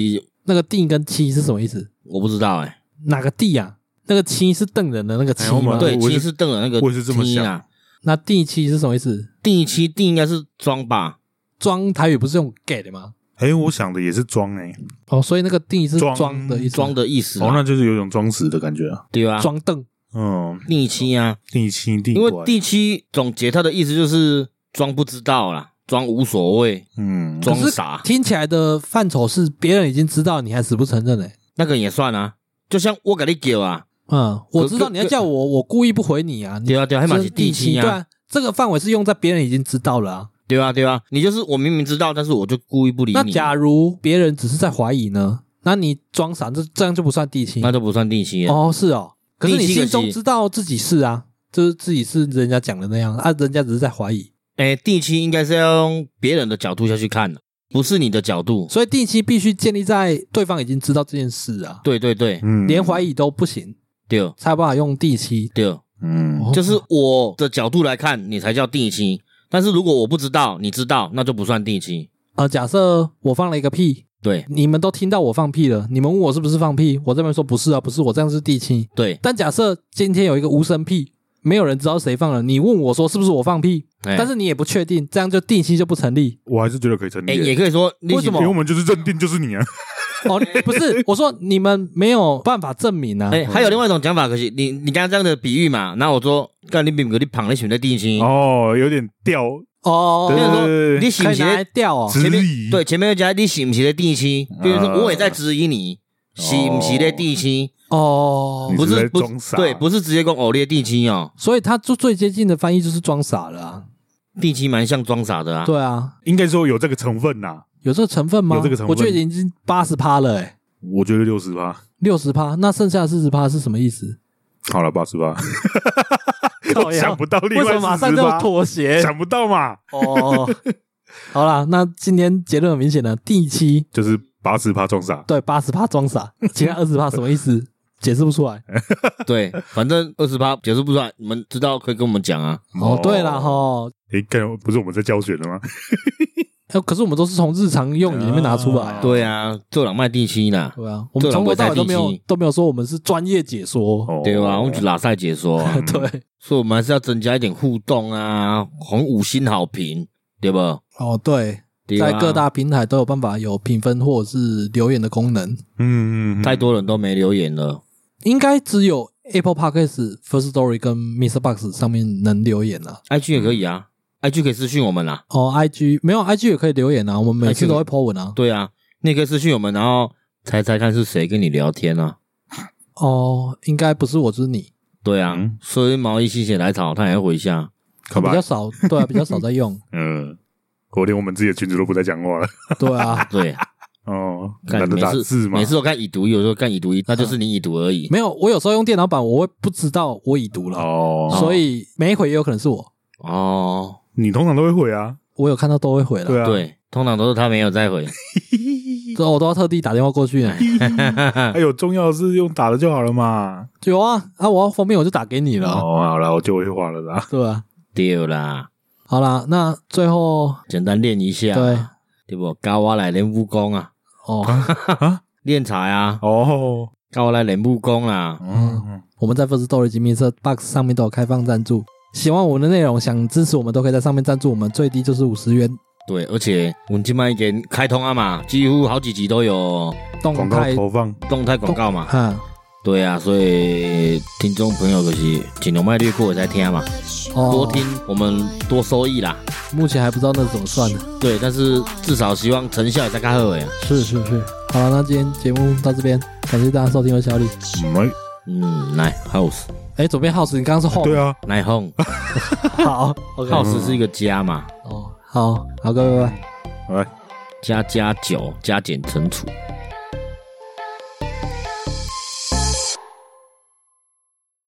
那个定跟七是什么意思？
我不知道哎、
哪个地啊？那个七是瞪人的那个七
哎我
吗？
们
对，
我也
七
是
是瞪了那个
我也是这么
七
想
啊。
那第七是什么意思？
第七第应该是装吧，
装台语不是用 get 吗？
哎，我想的也是装哎，
哦，所以那个地是
装
装的意思，
装的意思、
哦，
啊，
那就是有种装死的感觉啊。
对啊，
装瞪。
嗯，
第七啊，
第七第
因为第七总结它的意思就是装不知道啦，装无所谓，
嗯
装
可是
傻
听起来的范畴是别人已经知道，你还死不承认欸嘞、
那个也算啊。就像我给你叫啊，
嗯，我知道你要叫我，我故意不回你啊。你
对啊对啊，还
这
蛮
是
是第
七
七
对
啊，
啊，这个范围是用在别人已经知道了啊。
对啊对啊，你就是我明明知道，但是我就故意不理
那
你，
假如别人只是在怀疑呢？那你装傻，这这样就不算第七
那就不算第七啊。
哦，是哦。可是你
第七个
心中
是
知道自己是啊，就是自己是人家讲的那样啊，人家只是在怀疑。
哎，第七应该是要用别人的角度下去看的，啊不是你的角度。
所以第七必须建立在对方已经知道这件事啊，
对对对，
嗯
连怀疑都不行，
对
才有办法用第七。
对，
嗯
哦
就是我的角度来看，你才叫第七。但是如果我不知道，你知道，那就不算第七。
呃，假设我放了一个屁，
对
你们都听到我放屁了，你们问我是不是放屁，我这边说不是啊，不是，我这样是第七。
对，
但假设今天有一个无声屁，没有人知道谁放了，你问我说是不是我放屁，
哎
但是你也不确定，这样就第七就不成立。
我还是觉得可以成
哎、
立，
也
因
可以说你
为什么
为我们就是认定就是你啊。
哦，不是，我说你们没有办法证明啊。
哎、还有另外一种讲法，可是你你刚刚这样的比喻嘛，然后我说，干你比不你捧你选在第七，
哦，有点掉，
哦，
比如
对
说你是
可
不
以拿来
是
掉哦。
质疑
前面对前面又加你是不是在第七，比如说我也在质疑你。是不是在第七？
哦
你，
不
是
是
在
不
装傻
对，不是直接讲哦，你的第七哦，
所以他就最接近的翻译就是装傻了啊。
第七蛮像装傻的啊。
对啊，
应该说有这个成分呐。
有这个成分吗？
有这个成分
我觉得已经八十趴了、欸，哎，
我觉得六十趴，
六十趴，那剩下四十趴是什么意 思？
好了，八十趴，
靠呀
想不到另
为什
外
么马
四
上
十
就
趴，
妥协？
想不到嘛，
哦， 好啦，那今天结论很明显了，第七
就是八十趴装傻。
对八十趴装 傻，其他二十趴什么意思？解释不出来。
对，反正二十八解释不出来，你们知道可以跟我们讲啊。
哦，对啦，哈。
诶，干不是我们在教学的吗？
呃可是我们都是从日常用语里面拿出来啊，
对啊，做朗卖第七啦，
对啊，我们从头到尾都没有都没有说我们是专业解说，
哦，
对啊，我们只拉 赛
哦
解说啊、
对，
所以我们还是要增加一点互动啊，红五星好评，对不？
哦，对，
对
在
啊
各大平台都有办法有评分或者是留言的功能，
嗯嗯，嗯
太多人都没留言了。
应该只有 Apple Podcast、First Story 跟 Mr. Box 上面能留言啊。
IG 也可以啊、i g 可以私讯我们啊。
哦，IG 没有 IG 也可以留言啊，我们每次
IG
都会 po 文啊。
对啊，你也可以私讯我们，然后猜猜看是谁跟你聊天啊？
哦，应该不是我，就是你，
对啊，
嗯
所以毛衣心血来潮，他也会回一下。
好
比
吧
较，少，对啊，比较少在 用，
嗯，我连我们自己的群主都不再讲话了，
对啊，
对，
哦，
看
懒得
每
打字
次
嘛
每，次都看已读，有时候看已读一，那就是你已读而已。
没有，我有时候用电脑版，我会不知道我已读了，
哦，
所以每一回也有可能是我，
哦，
你通常都会回啊，
我有看到都会回了，
对啊，
对，通常都是他没有再回。
这我都要特地打电话过 去呢。
还有哎重要的是用打的就好了嘛。
有啊，啊，我要方便我就打给
啊
你了，
哦，好了，我就会画了啦。
对吧？
对啦，
好啦，那最后
简单练一下，
对
对啊不？高我来练武功啊，
哦，
练财啊，
哦，
高我来练武功啦。
嗯，
我们在 First Story 及 Mr. Box 上面都有开放赞助，喜欢我们的内容，想支持我们都可以在上面赞助，我们最低就是五十元。
对，而且我们今麦已经开通啊嘛，几乎好几集都有
动
广告
态
投放，
动态广告嘛。
哈，
对啊，所以听众朋友就是尽量卖略过再听嘛，
哦，
多听我们多收益啦。
目前还不知道那怎么算的。
对，但是至少希望成效也在较好呀。
是是是，好了，那今天节目到这边，感谢大家收听，我是小李。
没，
嗯，来 house
哎，左边 House，你刚刚是 Home，
对啊，
来 home
好，OK，
house 是一个家嘛，
哦，好好，各位拜拜。
来。
加加九加减乘除。